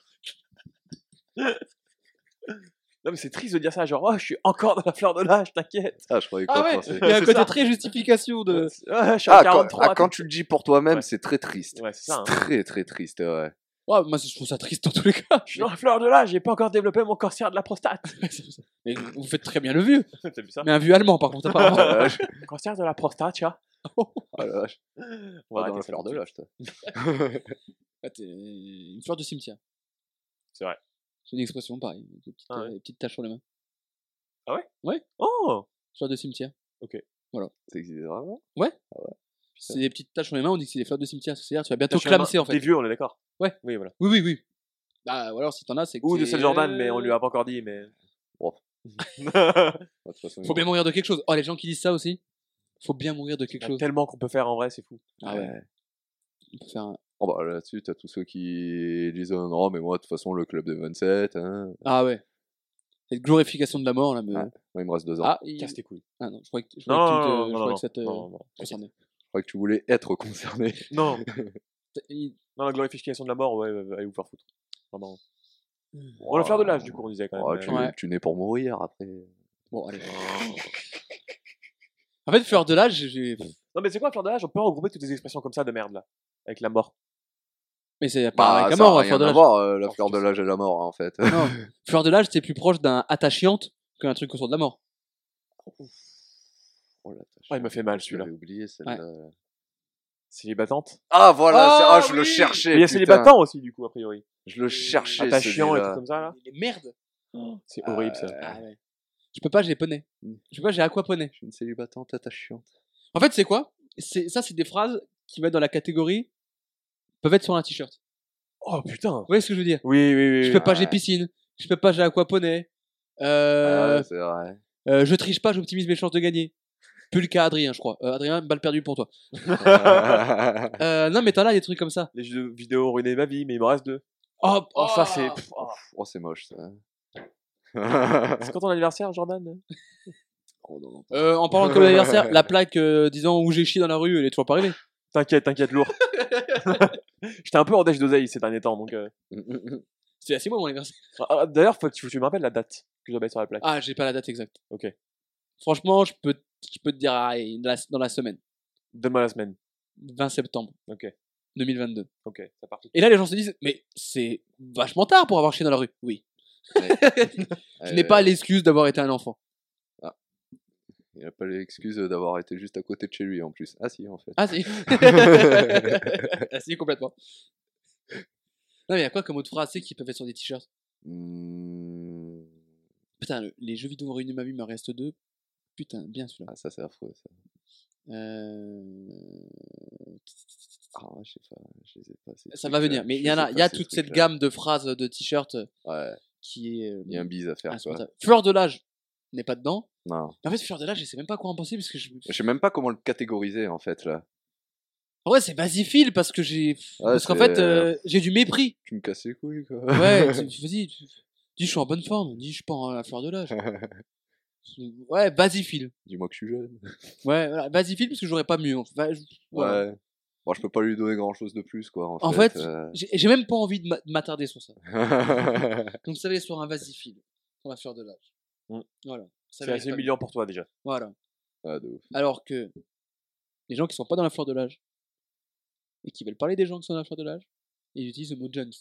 Non, mais c'est triste de dire ça, genre, oh, je suis encore dans la fleur de l'âge, t'inquiète. ah, je croyais quoi Ah ouais, <laughs> penser. il y a un C'est côté ça. très justification de. Ah, je suis à Ah, quand, 43. ah, quand tu le dis pour toi-même, Ouais. c'est très triste. Ouais, c'est ça. hein. C'est très très triste, ouais. <laughs> Ouais, moi, je trouve ça triste en tous les cas. Je suis dans la fleur de l'âge, j'ai pas encore développé mon cancer de la prostate. <laughs> Mais vous faites très bien le vieux. <laughs> T'as vu ça Mais un vieux allemand, par contre, <laughs> apparemment. Ah, je- Cancer de la prostate, tu vois. ah, la vache. On On va va dans arrêter la ça fleur tout de de l'âge, toi. Ouais, Ah, t'es une fleur de cimetière. C'est vrai. C'est une expression pareil. Des petites, Ah ouais. euh, des petites taches sur les mains. Oh Fleur de cimetière. Ça existe vraiment C'est des petites taches sur les mains, on dit que c'est des fleurs de cimetière. C'est-à-dire, tu vas bientôt T'as sur la main clamser en fait. Des vieux, on est d'accord Ouais. Oui, voilà. Oui, oui, oui. Bah, ou alors si t'en as, c'est que. Ou de t'es- Cell Jordan, mais on lui a pas encore dit, mais. Oh. <laughs> Il Ouais, Bah, de toute façon, Faut bien mourir de quelque chose. Oh, les gens qui disent ça aussi. Faut bien mourir de y quelque a chose. tellement qu'on peut faire en vrai, c'est fou. Ah ouais. On peut faire un- Oh bah là-dessus, t'as tous ceux qui disent euh, non, mais moi, de toute façon, le club de 27, hein, Ah ouais. Cette glorification de la mort là. Mais... Ouais. moi, il me reste deux ans. Ah, il- Casse tes couilles. ah, non, je croyais que, je Non, croyais que tu non, te- je non, croyais non, que ça te non, non. concernait. Je crois que tu voulais être concerné. Non, Il- non, la glorification de la mort, ouais, ouais, allez vous faire foutre. Vraiment. On va le faire de l'âge, du coup, on disait quand même. Oh, mais- tu, Ouais. Bah, tu nais pour mourir après. Bon, allez. En fait, fleur de l'âge, j'ai. Non, mais c'est quoi, fleur de l'âge On peut regrouper toutes les expressions comme ça de merde, là. Avec la mort. Mais c'est pas Bah, avec la ça a mort, la rien fleur de à l'âge. voir, euh, la Oh, fleur de putain. l'âge et la mort, hein, <laughs> en fait. Non, fleur de l'âge, c'est plus proche d'un attachante qu'un truc autour de la mort. Oh, la tâche. Ah, il m'a fait mal, celui-là. J'avais oublié celle-là. <laughs> Célibatante. Ah, voilà, c'est- Ah, ah, je le oui cherchais. Mais il y a putain. célibatant aussi, du coup, a priori. Je le cherchais. Attachant et tout celui-là. comme ça, là. Les merdes. C'est horrible, ça. Ah ouais. Je peux pas, j'ai poney. Je peux pas, j'ai aquaponey. Je suis une célibatante attachante. En fait, c'est quoi C'est ça, c'est des phrases qui vont être dans la catégorie peuvent être sur un t-shirt. Vous Oh, putain. Euh, voyez ce que je veux dire Oui, oui, oui. Je oui. peux pas, j'ai ouais. piscine. Je peux pas, j'ai aquaponey. Ah, Euh, c'est vrai. euh, je triche pas, j'optimise mes chances de gagner. Plus le cas Adrien, je crois. Euh, Adrien, balle perdue pour toi. Euh, non, mais t'en as des trucs comme ça. Les jeux vidéo ont ruiné ma vie, mais il me reste deux. Oh, Oh, ça, c'est. pff, oh. <laughs> oh, c'est moche, <laughs> ça. C'est quand ton anniversaire, Jordan Oh, non, non. Euh, en parlant de club d'anniversaire, la plaque euh, disant où j'ai chié dans la rue, elle est toujours pas arrivée. T'inquiète, t'inquiète, lourd. <laughs> J'étais un peu en dèche d'oseille ces derniers temps, donc. euh, C'est assez mois mon anniversaire. ah, ah, D'ailleurs, faut que tu tu me rappelles la date que je dois mettre sur la plaque. Ah, j'ai pas la date exacte. Ok. Franchement, je peux, je peux te dire ah, et dans la, dans la semaine, Donne-moi la semaine. 20 septembre Ok. 2022. Ok, ça part. tout de Et là, les gens se disent, mais c'est vachement tard pour avoir chié dans la rue. Oui. Je n'ai Euh, pas l'excuse d'avoir été un enfant. Il n'a pas l'excuse d'avoir été juste à côté de chez lui en plus. Ah si, en fait. Ah si. ah si, complètement. Non, mais il y a quoi comme autre phrase tu sais, qui peuvent être sur des t-shirts Hmm. Putain, le- les jeux vidéo ont réuni ma vie, il me reste deux. Putain, bien celui-là. Ah ça c'est affreux ça. Euh, Ah ouais, je sais pas, je les ai pas. ces Ça va trucs-là. venir. Mais Je il y en sais a, pas il y a ces toute cette trucs-là. gamme Ah, de phrases de t-shirts Ouais, qui est. euh, il y a un bise à faire quoi. insupportable. Fleur de l'âge. n'est pas dedans. Non. Mais en fait, Fleur de l'âge, je sais même pas quoi en penser parce que je. Je sais même pas comment le catégoriser en fait là. En vrai, c'est basifile parce que j'ai. Ouais, parce qu'en Ah, c'est- fait, euh, j'ai du <laughs> mépris. Tu me casses les couilles quoi. <laughs> Ouais, tu- vas-y, tu- dis je suis en bonne forme, dis je suis pas en- à Fleur de l'âge. Ouais, basifile. Dis-moi que je suis jeune. Ouais, voilà, basifile parce que j'aurais pas mieux. en fait. Enfin, je- voilà. Ouais. Bon, je peux pas lui donner grand chose de plus quoi. En, En fait, <laughs> euh. J'ai j'ai même pas envie de m'a- de m'attarder sur ça. Donc, ça va aller sur un vasifile, sur la fleur de l'âge. Mm. Voilà. Ça C'est va assez être- humiliant pour toi déjà. Voilà. Ah, de ouf. Alors que les gens qui sont pas dans la fleur de l'âge et qui veulent parler des gens qui sont dans la fleur de l'âge, ils utilisent le mot Jones.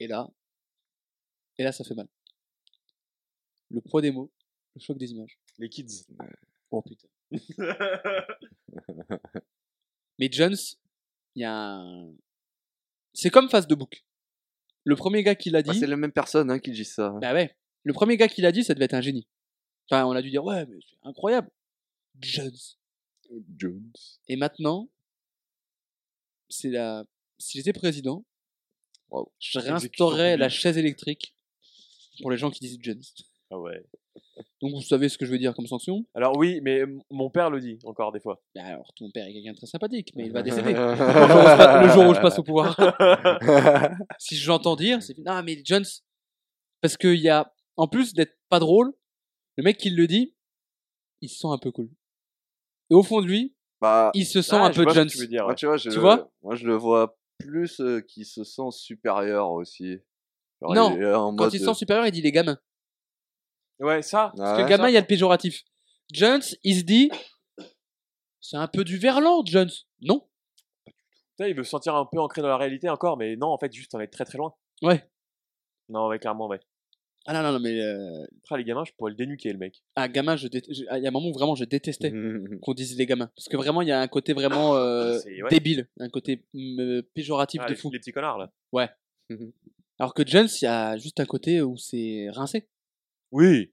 Et là, et là, ça fait mal. Le poids des mots, le choc des images. Les kids. Oh <laughs> putain. <laughs> Mais Jones, il y a un... C'est comme Face de Book. Le premier gars qui l'a Ah, dit. c'est la même personne hein, qui dit ça. Bah ouais. Le premier gars qui l'a dit, ça devait être un génie. Enfin, on a dû dire, ouais, mais c'est incroyable. Jones. Jones. Et maintenant, c'est la. Si j'étais président, Wow. je Exécution réinstaurerais la publique. chaise électrique pour les gens qui disent Jones. Ah ouais. Donc vous savez ce que je veux dire comme sanction. Alors oui, mais m- mon père le dit encore des fois. Bah alors, ton père est quelqu'un de très sympathique, mais il va <laughs> décéder. <laughs> le, jour où je pa- le jour où je passe au pouvoir. si je l'entends dire, c'est non mais Jones, parce qu'il y a, en plus d'être pas drôle, le mec qui le dit, il se sent un peu cool. Et au fond de lui, bah, il se sent Ah, un je peu vois ce que Jones. Tu veux dire, moi, ouais. tu vois, je Tu le- vois moi je le vois plus euh, qui se sent supérieur aussi. Genre, Non, il est en Quand mode, il se sent supérieur, il dit les gamins. Ouais, ça. Parce que Ouais. gamin, il y a le péjoratif. Jones, il se dit, c'est un peu du verlan, Jones. Non. Putain, il veut se sentir un peu ancré dans la réalité encore, mais non, en fait, juste on est très très loin. Ouais. Non, ouais, clairement, ouais. Ah non, non, non, mais euh, Après, les gamins, je pourrais le dénuquer, le mec. ah, gamin, je dé- je- ah, il y a un moment où vraiment je <laughs> détestais Mhm. qu'on dise les gamins. Parce que vraiment, il y a un côté vraiment euh, Ah, C'est- ouais. débile, un côté mm, péjoratif Ah, de les, fou. les petits connards, là. Alors que Jones, il y a juste un côté où c'est rincé. Oui.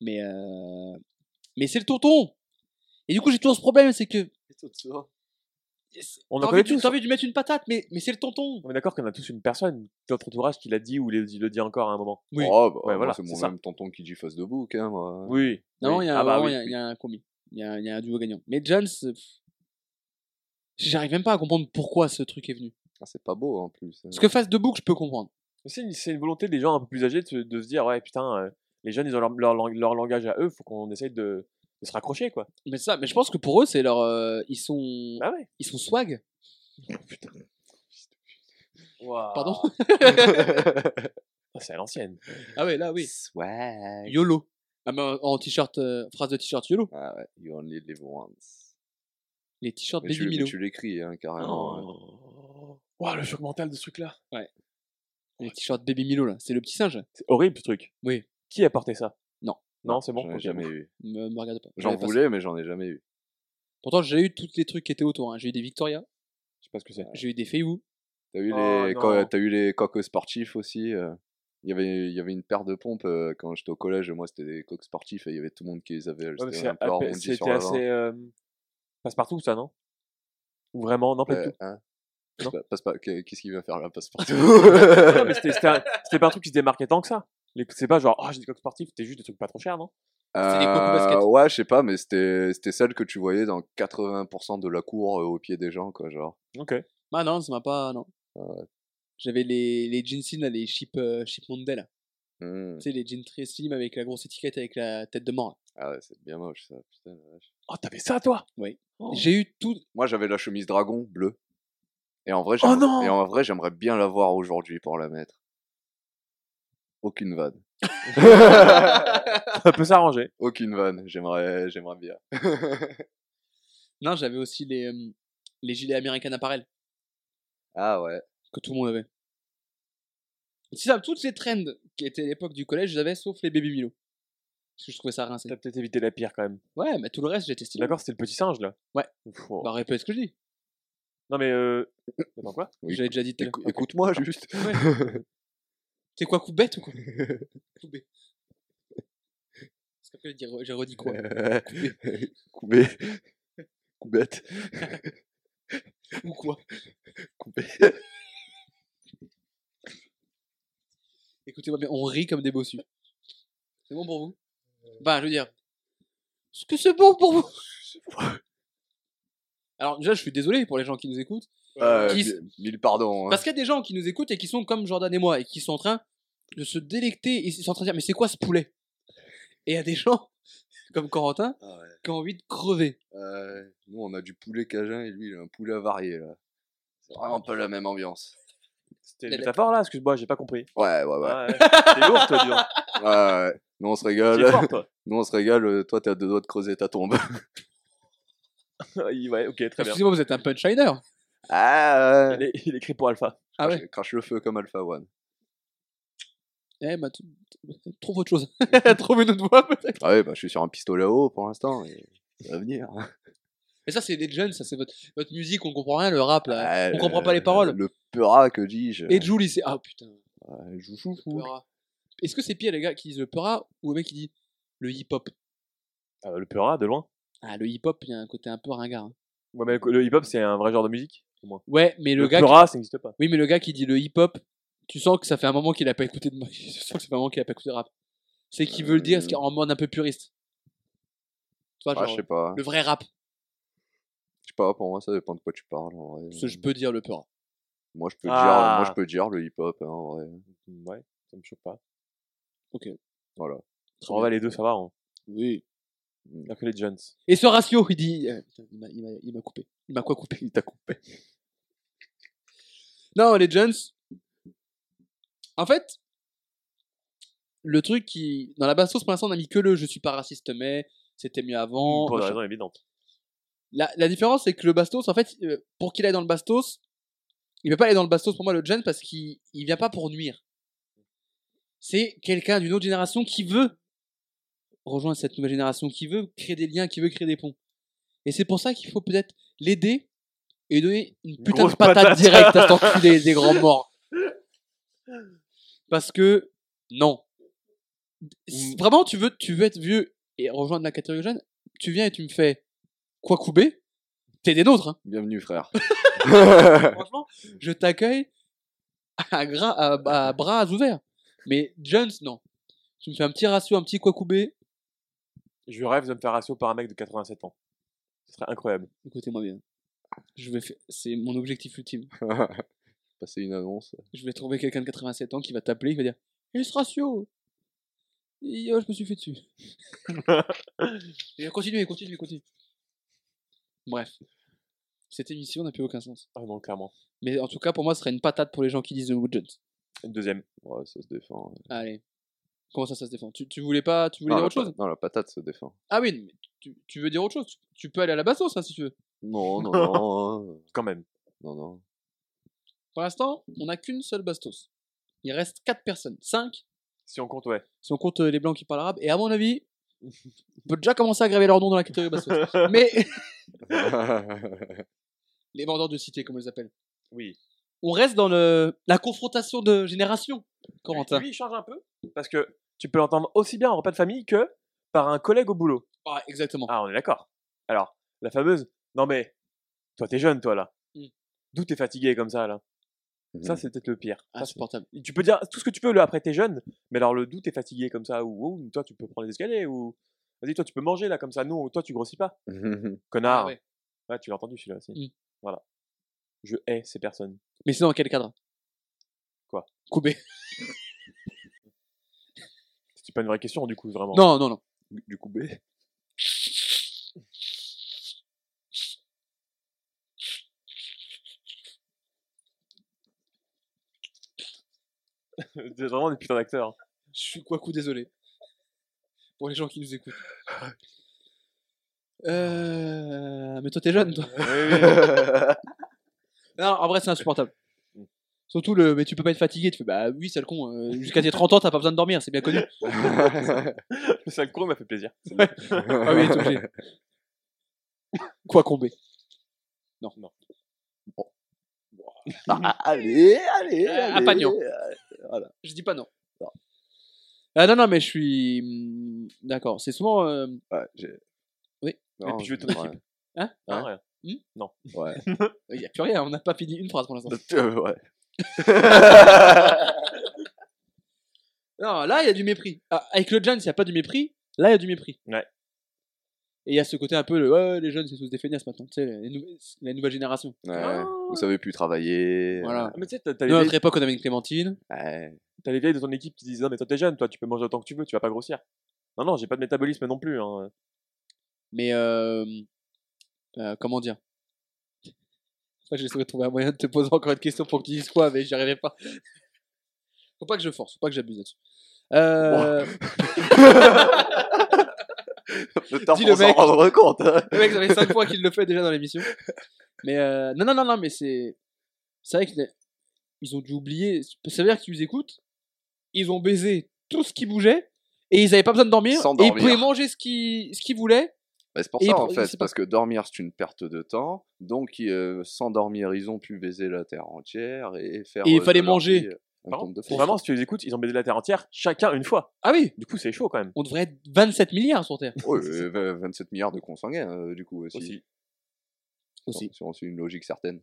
Mais, euh, mais c'est le tonton Et du coup, j'ai toujours ce problème, c'est que. On en T'as connaît envie, de- tous. t'as envie de lui mettre une patate, mais, mais c'est le tonton On est d'accord qu'on a tous une personne dans notre entourage qui l'a dit ou le dit, le dit encore à un moment. Oui. Oh, bah, Ouais, moi, voilà, c'est mon c'est ça. même tonton qui dit face de bouc, hein, moi. Oui. Non, Oui. il y a, Ah bah vraiment, oui. il y a- il y a un combi. Il y a, il y a un duo gagnant. Mais Jones, euh, pff, j'arrive même pas à comprendre pourquoi ce truc est venu. Ah, c'est pas beau en plus. <laughs> hein. Parce que face de bouc, je peux comprendre. C'est une, c'est une volonté des gens un peu plus âgés de, se- de se dire, ouais, putain, euh, les jeunes, ils ont leur, leur, lang- leur langage à eux, faut qu'on essaye de, de se raccrocher, quoi. Mais ça, mais je pense que pour eux, c'est leur, euh, ils sont, Ah ouais. ils sont swag. Pardon Ah, C'est à l'ancienne. <laughs> Ah ouais, là <laughs> oui. Swag. YOLO. Ah mais en, en t-shirt, euh, phrase de t-shirt YOLO. Ah ouais, you only live once. Les t-shirts Mais tu, Baby mais Milo. tu l'écris, hein, Ah carrément. hein. Oh. Ouah, le choc mental de ce truc-là. Les t-shirts Baby Milo là, c'est le petit singe. C'est horrible, ce truc. Oui. Qui a porté ça Non. Non, c'est bon. j'en ai ok, jamais bon. eu. Me, me regarde pas. J'en J'avais pas ça. voulais, mais j'en ai jamais eu. Pourtant, j'ai eu tous les trucs qui étaient autour. hein. J'ai eu des Victoria, Je sais pas ce que c'est. j'ai eu des Feiwu. T'as eu, Oh, les non. co- t'as eu les coques sportifs aussi. euh. Il y avait, il y avait une paire de pompes euh, quand j'étais au collège. Moi, c'était des coques sportifs et il y avait tout le monde qui les avait. elles Ouais, mais étaient c'est un peu appe- arrondies sur C'était l'avant. assez. euh, Passe-partout, ça, non Ou vraiment Non, pas du Euh, tout. hein Non. Bah, passe pas- qu'est- Qu'est-ce qu'il va faire là <laughs> Passe partout. Non, mais c'était- C'était un- c'était pas un truc qui se démarquait tant que ça. Les- C'est pas genre, ah, j'ai des coques sportifs, c'était juste des trucs pas trop chers, non C'est des coques au basket. Euh, ouais, je sais pas, mais c'était c'était celle que tu voyais dans 80% de la cour euh, au pied des gens, quoi, genre. Ok. Ah non, ça m'a pas, non. Ah ouais. J'avais les les jeans là, les Chip euh, Chip Monday, là. Hmm. Mm. Tu sais, les jeans très slim avec la grosse étiquette avec la tête de mort. là. Ah ouais, c'est bien moche ça. Putain, la vache. Oh, t'avais ça, toi <laughs> Oui. Oh. J'ai eu tout. Moi, j'avais la chemise dragon bleue. Et en vrai, Oh j'aimerais- non et en vrai, j'aimerais bien l'avoir aujourd'hui pour la mettre. Aucune vanne. Ça peut s'arranger. Aucune vanne, j'aimerais, j'aimerais bien. <laughs> Non, j'avais aussi les, euh, les gilets American Apparel Ah ouais. que tout le monde avait. C'est ça, toutes ces trends qui étaient à l'époque du collège, je les avais sauf les Baby Milo. Parce que je trouvais ça rincé. T'as peut-être évité la pire quand même. Ouais, mais tout le reste, j'ai testé. D'accord, c'était le petit singe là. Ouais. Ouf, oh. Bah, répète ce que je dis. Non mais euh... Attends quoi Oui, J'avais déjà dit tout à écou- l'heure. Écoute-moi juste. C'est quoi, coup bête ou <laughs> quoi Coup bête. Parce qu'après, j'ai re- j'ai redit Euh, quoi <laughs> <laughs> Coubé. Coubette. Ou quoi Coubé. Écoutez-moi, mais on rit comme des bossus. C'est bon pour vous Bah, je veux dire. Est-ce que c'est bon pour vous Alors, déjà, je suis désolé pour les gens qui nous écoutent. Euh, Qui- bi- Mille pardons. hein. Parce qu'il y a des gens qui nous écoutent et qui sont comme Jordan et moi et qui sont en train de se délecter. Ils sont en train de dire Mais c'est quoi ce poulet Et il y a des gens <laughs> comme Corentin Ah ouais. qui ont envie de crever. Euh, nous, on a du poulet cajun et lui, il a un poulet avarié. là. C'est vraiment pas la même ambiance. C'était La- une métaphore là, excuse-moi, j'ai pas compris. Ah Ouais, ouais, ouais. Ouais, ouais. T'es lourd, toi, <laughs> dur. ouais, ouais. Nous, <laughs> on se T'es régale. fort, toi. Nous, on se régale. euh, Toi, t'es à deux doigts de creuser ta tombe. <laughs> <laughs> Il- ouais, ok, très bien. Excusez-moi, vous êtes un punchliner. ah, ouais. Il, est, il écrit pour Alpha. Ah ouais Crache le feu comme Alpha <laughs> One. Eh, bah, t- t- trouve autre chose. trouve une autre voie peut-être. Ah ouais, bah, je suis sur un pistolet à eau pour l'instant. mais Ça va venir. Mais ça, c'est des jeunes, ça, c'est votre, votre musique, on comprend rien, le rap là. Ouais, on le- comprend pas les paroles. Le peura, que dis-je euh, Et Julie, c'est. Ah putain, Ouais, Jouchou. le peura. Est-ce que c'est pire les gars qui disent le peura ou le mec qui dit le hip-hop Ah, bah, le Peura, de loin. Ah, le hip-hop, il y a un côté un peu ringard. hein. Ouais, mais le, le hip-hop, c'est un vrai genre de musique. au moins. Ouais, mais le, Le, gars. qui- Peura, ça n'existe pas. Oui, mais le gars qui dit le hip-hop, tu sens que ça fait un moment qu'il a pas écouté de <laughs> tu sens que ça fait un moment qu'il a pas écouté de rap. C'est qu'il veut le dire c'est en mode un peu puriste. Tu vois, Ah, Euh. je genre, sais pas. le vrai rap, Je sais pas, pour moi, ça dépend de quoi tu parles. en vrai. parce que je peux dire le peura. Moi, je peux, Ah. dire, moi, je peux dire le hip-hop, hein, en vrai. Ouais, ça me choque pas. Voilà. On va les deux, ça va. Hein. Oui. Bien que les Jones. Et ce ratio, il dit. euh, putain, il m'a- il m'a- il m'a coupé. Il m'a quoi coupé Il t'a coupé. non, les Jones. En fait, le truc qui. Dans la basse sauce, pour l'instant, on a mis que le je suis pas raciste, mais c'était mieux avant. Pour des machin. raisons évidentes. La, la différence, c'est que le Bastos, en fait, euh, pour qu'il aille dans le Bastos, il ne peut pas aller dans le Bastos pour moi, le Gen, parce qu'il ne vient pas pour nuire. C'est quelqu'un d'une autre génération qui veut rejoindre cette nouvelle génération, qui veut créer des liens, qui veut créer des ponts. Et c'est pour ça qu'il faut peut-être l'aider et lui donner une putain grosse de patate, patate. directe à cet enculé des grands morts. Parce que, non. Si Vraiment, tu veux, tu veux être vieux et rejoindre la catégorie jeune, tu viens et tu me fais quoi couper T'es des nôtres. hein. Bienvenue, <laughs> frère. Franchement, je t'accueille à, gra- à- à bras ouverts. Mais Jones, non. Tu me fais un petit ratio, un petit quoi couper Je rêve de me faire ratio par un mec de 87 ans. Ce serait incroyable. Écoutez-moi bien. Je vais faire... C'est mon objectif ultime. Passer une annonce. Je vais trouver quelqu'un de 87 ans qui va t'appeler, il va dire Et ce ratio Et, oh, je me suis fait dessus. Et continuez, continuez, continuez. Bref. Cette émission n'a plus aucun sens. Ah non, clairement. Mais en tout cas, pour moi, ce serait une patate pour les gens qui disent The Wood Jones. Une deuxième. Ouais, ça se défend. ouais. Allez. Comment ça, ça se défend tu, tu voulais pas, tu voulais Non, dire la autre pa- chose non, la patate se défend. Ah oui, mais tu, tu veux dire autre chose Tu, tu peux aller à la basse sauce, hein, si tu veux. <laughs> Non, non, non. hein, Quand même. non, non. Pour l'instant, on n'a qu'une seule bastos. Il reste 4 personnes, 5, Si on compte, ouais. si on compte euh, les blancs qui parlent arabe. Et à mon avis, on peut déjà commencer à graver leur nom dans la catégorie bastos. <laughs> Mais <laughs> les vendeurs de cité, comme on les appelle. Oui. On reste dans le, la confrontation de génération, Corentin. Lui, il change un peu. Parce que tu peux l'entendre aussi bien en repas de famille que par un collègue au boulot. Ah, exactement. Ah, on est d'accord. Alors, la fameuse. Non mais, toi t'es jeune, toi là. Mm. D'où t'es fatigué comme ça là. Ça, Mhm. c'est peut-être le pire. Ça, c'est- Insupportable. tu peux dire tout ce que tu peux là après t'es jeune, mais alors le doux t'es fatigué comme ça ou oh, toi tu peux prendre les escaliers ou vas-y toi tu peux manger là comme ça non toi tu grossis pas <laughs> Ah connard ouais. Ouais, tu l'as entendu celui-là aussi Mm. voilà je hais ces personnes Mais c'est dans quel cadre Quoi Coubé. c'est pas une vraie question du coup vraiment Non, non, non. du coup, B. <laughs> c'est vraiment des putains d'acteurs hein. Je suis quoi coup désolé. Pour les gens qui nous <laughs> écoutent. Euh... Mais toi, t'es jeune, toi. Oui, oui, oui. <laughs> Non, en vrai, c'est insupportable. Surtout le, mais tu peux pas être fatigué. Tu fais, bah oui, c'est le con. euh, Jusqu'à tes 30 ans, t'as pas besoin de dormir, c'est bien connu. le sale con m'a fait plaisir <laughs> Ah oui, t'es obligé. <laughs> Quoi combé Non, non. Ah, allez, allez, Ah, allez. pagnon. Je dis pas non. Ah non, non, mais je suis. hmm, D'accord, c'est souvent. euh, Ouais, j'ai- Oui. Non, Et puis, je vais te ouais. skip. Hein Ah, rien. <laughs> Ouais. Il y a plus rien, on n'a pas fini une phrase pour l'instant. Euh, ouais. Non, là, il y a du mépris. Ah, Avec le Jans, il n'y a pas du mépris. Là, il y a du mépris. Ouais. Et il y a ce côté un peu, le, ouais, les jeunes, c'est tous des feignasses maintenant. Tu sais, les nou- la nouvelle génération. Ouais. Ah. Vous savez plus travailler. Voilà. Ah, mais tu sais, t'as- t'as De les, notre vieilles- époque, on avait une clémentine. Ouais. <laughs> t'as les vieilles de ton équipe qui disent Non, mais toi, t'es jeune, toi, tu peux manger autant que tu veux, tu vas pas grossir. Non, non, j'ai pas de métabolisme non plus. hein. Mais, euh, euh, comment dire Enfin, J'essaie de trouver un moyen de te poser encore une question pour que tu dises quoi, mais j'y arrivais pas. <laughs> faut pas que je force, faut pas que j'abuse là-dessus. Euh, Le temps Dis pour le s'en mec. rendre compte. hein. <laughs> Le mec, ça fait 5 fois qu'il le fait déjà dans l'émission. Mais euh, non, non, non, non, mais c'est. C'est vrai qu'ils ont dû oublier. Ça veut dire qu'ils nous écoutent. Ils ont baisé tout ce qui bougeait. Et ils n'avaient pas besoin de dormir. Sans Et ils dormir. pouvaient manger ce qu'ils ce qu'ils voulaient. Bah, c'est pour Et ça, pour- en c'est fait, pas- parce que dormir, c'est une perte de temps. Donc, euh, sans dormir, ils ont pu baiser la terre entière et faire. Et il euh, fallait de leur manger. vie, euh, un Par conte de contre, fées. vraiment, si tu les écoutes, ils ont baisé la terre entière, chacun une fois. Ah oui Du coup, c'est chaud quand même. On devrait être 27 milliards sur Terre. <laughs> Ouais, euh, v- 27 milliards de consanguins, euh, du coup, aussi. Aussi. Aussi. Si on suit une logique certaine.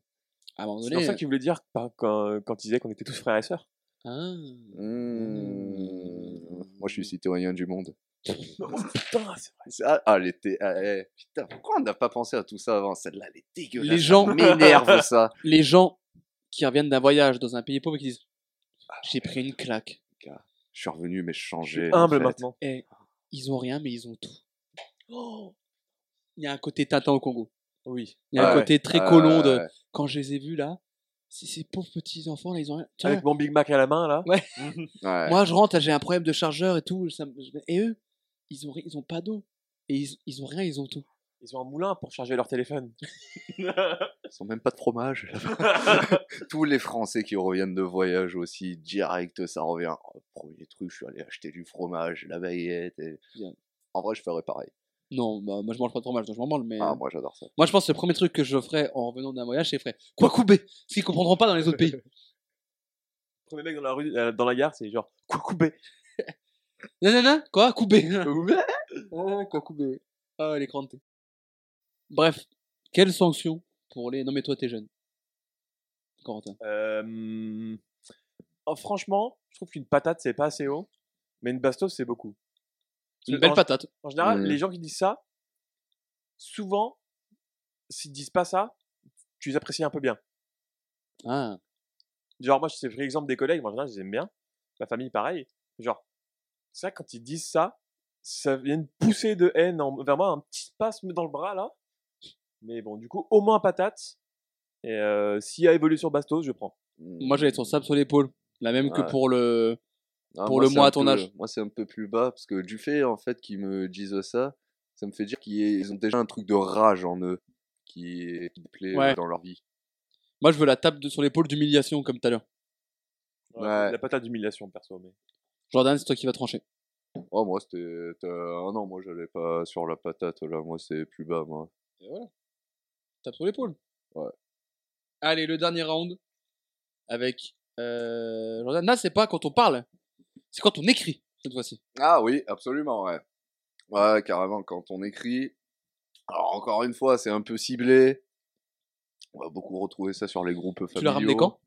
À un moment C'est pour donné. ça qu'ils voulaient dire par- quand, quand ils disaient qu'on était tous frères et sœurs. Ah. Mmh. Moi, je suis citoyen du monde. Oh, putain, c'est vrai. C'est- Ah, ah, elle était. ah, eh, putain, pourquoi on n'a pas pensé à tout ça avant Celle-là, elle est dégueulasse. Les gens- ça m'énerve, ça. Les gens qui reviennent d'un voyage dans un pays pauvre et qui disent J'ai pris une claque. Je suis revenu, mais Je suis changé. en humble fait. maintenant. Et ils ont rien, mais ils ont tout. Oh Il y a un côté tintin au Congo. Oui. Il y a un Ah ouais. côté très Ah, colon de. ouais. quand je les ai vus là, c'est ces pauvres petits enfants là, ils ont rien. Tiens, Avec mon Big Mac à la main, là. Ouais. Ah, Ouais. moi je rentre, j'ai un problème de chargeur et tout. ça me- je- et eux, ils ont, ri- ils ont pas d'eau. Et ils, ils ont rien, ils ont tout. Ils ont un moulin pour charger leur téléphone. Ils ont même pas de fromage. <laughs> Tous les Français qui reviennent de voyage aussi, direct, ça revient. Oh, premier truc, je suis allé acheter du fromage, la baguette. et- Bien. En vrai, je ferais pareil. Non, bah, moi je mange pas de fromage, donc je m'en mange. Mais euh, Ah, moi, j'adore ça. moi je pense que le premier truc que je ferais en revenant d'un voyage, c'est ferais quoi couper, ce qu'ils comprendront pas dans les autres <laughs> pays. Premier mec dans la rue, euh, dans la gare, c'est genre Koukoubé. Nanana, quoi couper <laughs> Ah, quoi couper Ah, les grandes Bref, quelle sanction pour les. Non mais toi t'es jeune. Corentin. Euh... oh, franchement, je trouve qu'une patate, c'est pas assez haut, mais une bastos, c'est beaucoup. Parce que Une belle en- patate. En général, Mhm. les gens qui disent ça, souvent, s'ils disent pas ça, tu les apprécies un peu bien. Ah, Genre, moi, je sais, j'ai pris l'exemple des collègues, moi, en général, je les aime bien. Ma famille, pareil. Genre, ça, quand ils disent ça, ça vient une poussée de haine en- vers moi, un petit spasme dans le bras, là. Mais bon, du coup, au moins patate. Et euh, s'il y a évolué sur Bastos, je prends. moi j'allais être sur sable sur l'épaule. La même que Ouais. pour le. Ah, pour moi, le c'est mois un à ton peu- âge. Moi, c'est un peu plus bas, parce que du fait, en fait, qu'ils me disent ça, ça me fait dire qu'ils ils ont déjà un truc de rage en eux qui, est- qui plaît euh, Ouais. dans leur vie. Moi, je veux la tape de- sur l'épaule d'humiliation, comme tout à l'heure. Ouais, Ouais. La patate d'humiliation, perso. Mais... Jordan, c'est toi qui vas trancher. Oh, moi, c'était. t'as- Ah non, moi, j'allais pas sur la patate, là. Moi, c'est plus bas, moi. Tape sur l'épaule. Ouais. Allez, le dernier round avec euh, Jordan. Là, c'est pas quand on parle, c'est quand on écrit, cette fois-ci. Ah oui, absolument, ouais. Ouais, carrément, quand on écrit. Alors, encore une fois, c'est un peu ciblé. On va beaucoup retrouver ça sur les groupes familiaux. Tu l'as ramené quand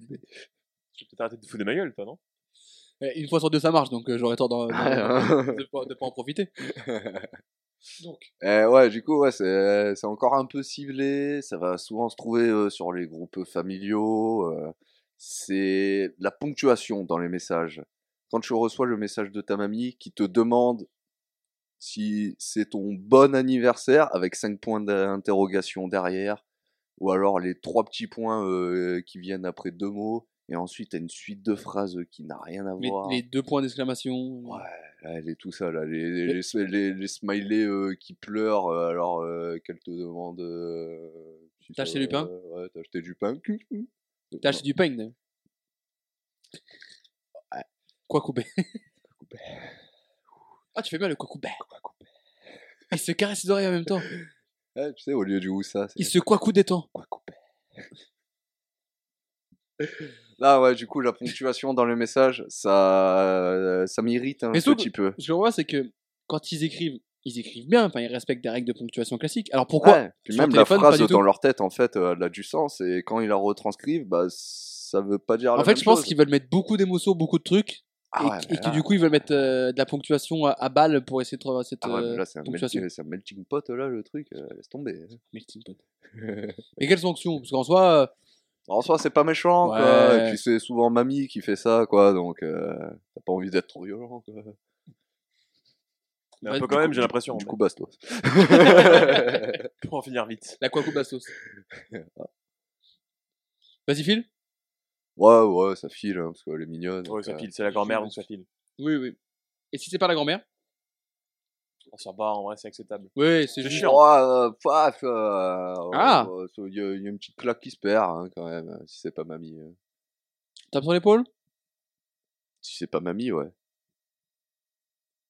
Je vais peut-être arrêter de te foutre de ma gueule, toi, non Eh, Une fois sur deux, ça marche, donc euh, j'aurais tort <laughs> d'en- d'en- Ouais, de pas, de pas en profiter. hein. Eh ouais, du coup, ouais, c'est c'est encore un peu ciblé. Ça va souvent se trouver euh, sur les groupes familiaux. euh, c'est la ponctuation dans les messages. Quand tu reçois le message de ta mamie qui te demande si c'est ton bon anniversaire avec cinq points d'interrogation derrière, ou alors les trois petits points euh, qui viennent après deux mots, et ensuite t'as une suite de phrases euh, qui n'a rien à Les, voir. les deux points d'exclamation. Ouais, là, Ah, elle est tout ça, là. Les, les, Mais- les s- les- les smileys euh, qui pleurent euh, alors euh, qu'elle te demande. euh, si T'as ça acheté du va, pain Ouais, t'as acheté du pain. T'as acheté du pain, d'ailleurs. Quoi couper Ah, tu fais bien le quoi couper. Il se caresse les oreilles en <laughs> même temps. Ouais, Eh, tu sais, au lieu du où ça, c'est Il se quoi coup des temps. quoi <laughs> couper. Là, ouais, du coup, la ponctuation dans le message, ça, euh, ça m'irrite un Mais surtout- petit peu. Ce que je vois, c'est que quand ils écrivent, ils écrivent bien, enfin, ils respectent des règles de ponctuation classiques. Alors pourquoi Ouais, puis Sur même le la téléphone, pas phrase du tout. dans leur tête, en fait, euh, elle a du sens, et quand ils la retranscrivent, bah, ça veut pas dire. En la fait, même je pense chose. qu'ils veulent mettre beaucoup d'émotions, beaucoup de trucs, Ah et, ouais, et mais qui là- du coup ils veulent mettre euh, de la ponctuation à, à balle pour essayer de trouver cette Ah ouais, mais euh, là, c'est un, ponctuation. melting, c'est un melting pot, là, le truc. euh, laisse tomber. melting pot. Mais quelles sanctions Parce qu'en soi, euh, <laughs> En soi, c'est pas méchant, quoi. Ouais. Et puis, c'est souvent mamie qui fait ça, quoi. Donc, euh, t'as pas envie d'être trop violent, quoi. Mais un Ouais, du peu quand même, coup- j'ai l'impression. Du mais coup, bastos. Pour en finir vite. la Kwaku <laughs> Bastos. Vas-y, Phil ouais, ouais, ça file, hein, parce qu'elle est mignonne. Ouais, donc, ça euh, file, c'est la grand-mère, donc ça file. Oui, oui. Et si c'est pas la grand-mère On s'en bat, Oh, en vrai, c'est acceptable. Oui, c'est C'est juste. chiant. Ouais, euh, paf, euh, Ah. euh, Il y, a- il y a une petite claque qui se perd, hein, quand même, euh, si c'est pas mamie. euh. Tape sur l'épaule Si c'est pas mamie, ouais.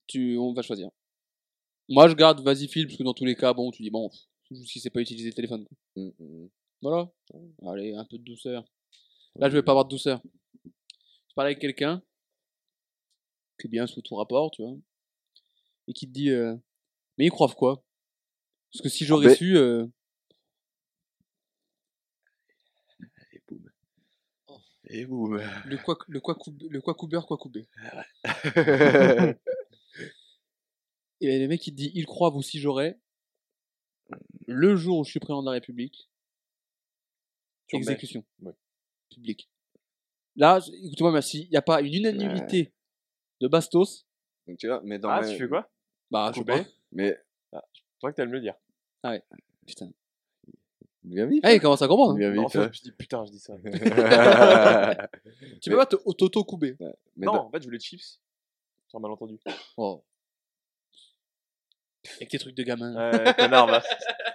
tu... On va choisir. Moi, je garde vas-y, Phil, parce que dans tous les cas, bon, tu dis, bon, pff, c'est juste qu'il sait pas utiliser le téléphone. quoi. Mm, mm. Voilà. Allez, un peu de douceur. Là, je vais pas avoir de douceur. Je parle avec quelqu'un qui est bien sous tout rapport, tu vois, et qui te dit euh, Mais ils croient quoi Parce que si Ah, j'aurais ben mais- su. euh, Et boum. Oh. Et <laughs> boum. Le quoi, le quoi, le quoi couber, quoi couper. Et ben, le mec, il te dit, il croit, vous si j'aurais. Le jour où je suis président de la République, Tu remets. exécution Ouais. publique. Là, je- écoutez-moi, mais s'il n'y a pas une unanimité de Bastos, <laughs> Donc, tu vois, mais dans Ah, ma- tu fais quoi bah, je sais Couper. pas. Mais, Toi que t'aimes le dire. Putain. bien vite. Eh, il commence à comprendre. hein. Bien Non, en vite. <laughs> fait, je dis putain, je dis ça. hein. Tu peux pas te auto-couper. <laughs> Mais Non, dans- en fait, je voulais chips. C'est <laughs> un malentendu. Oh. Avec tes trucs de gamin. Ouais, Euh, connard, va.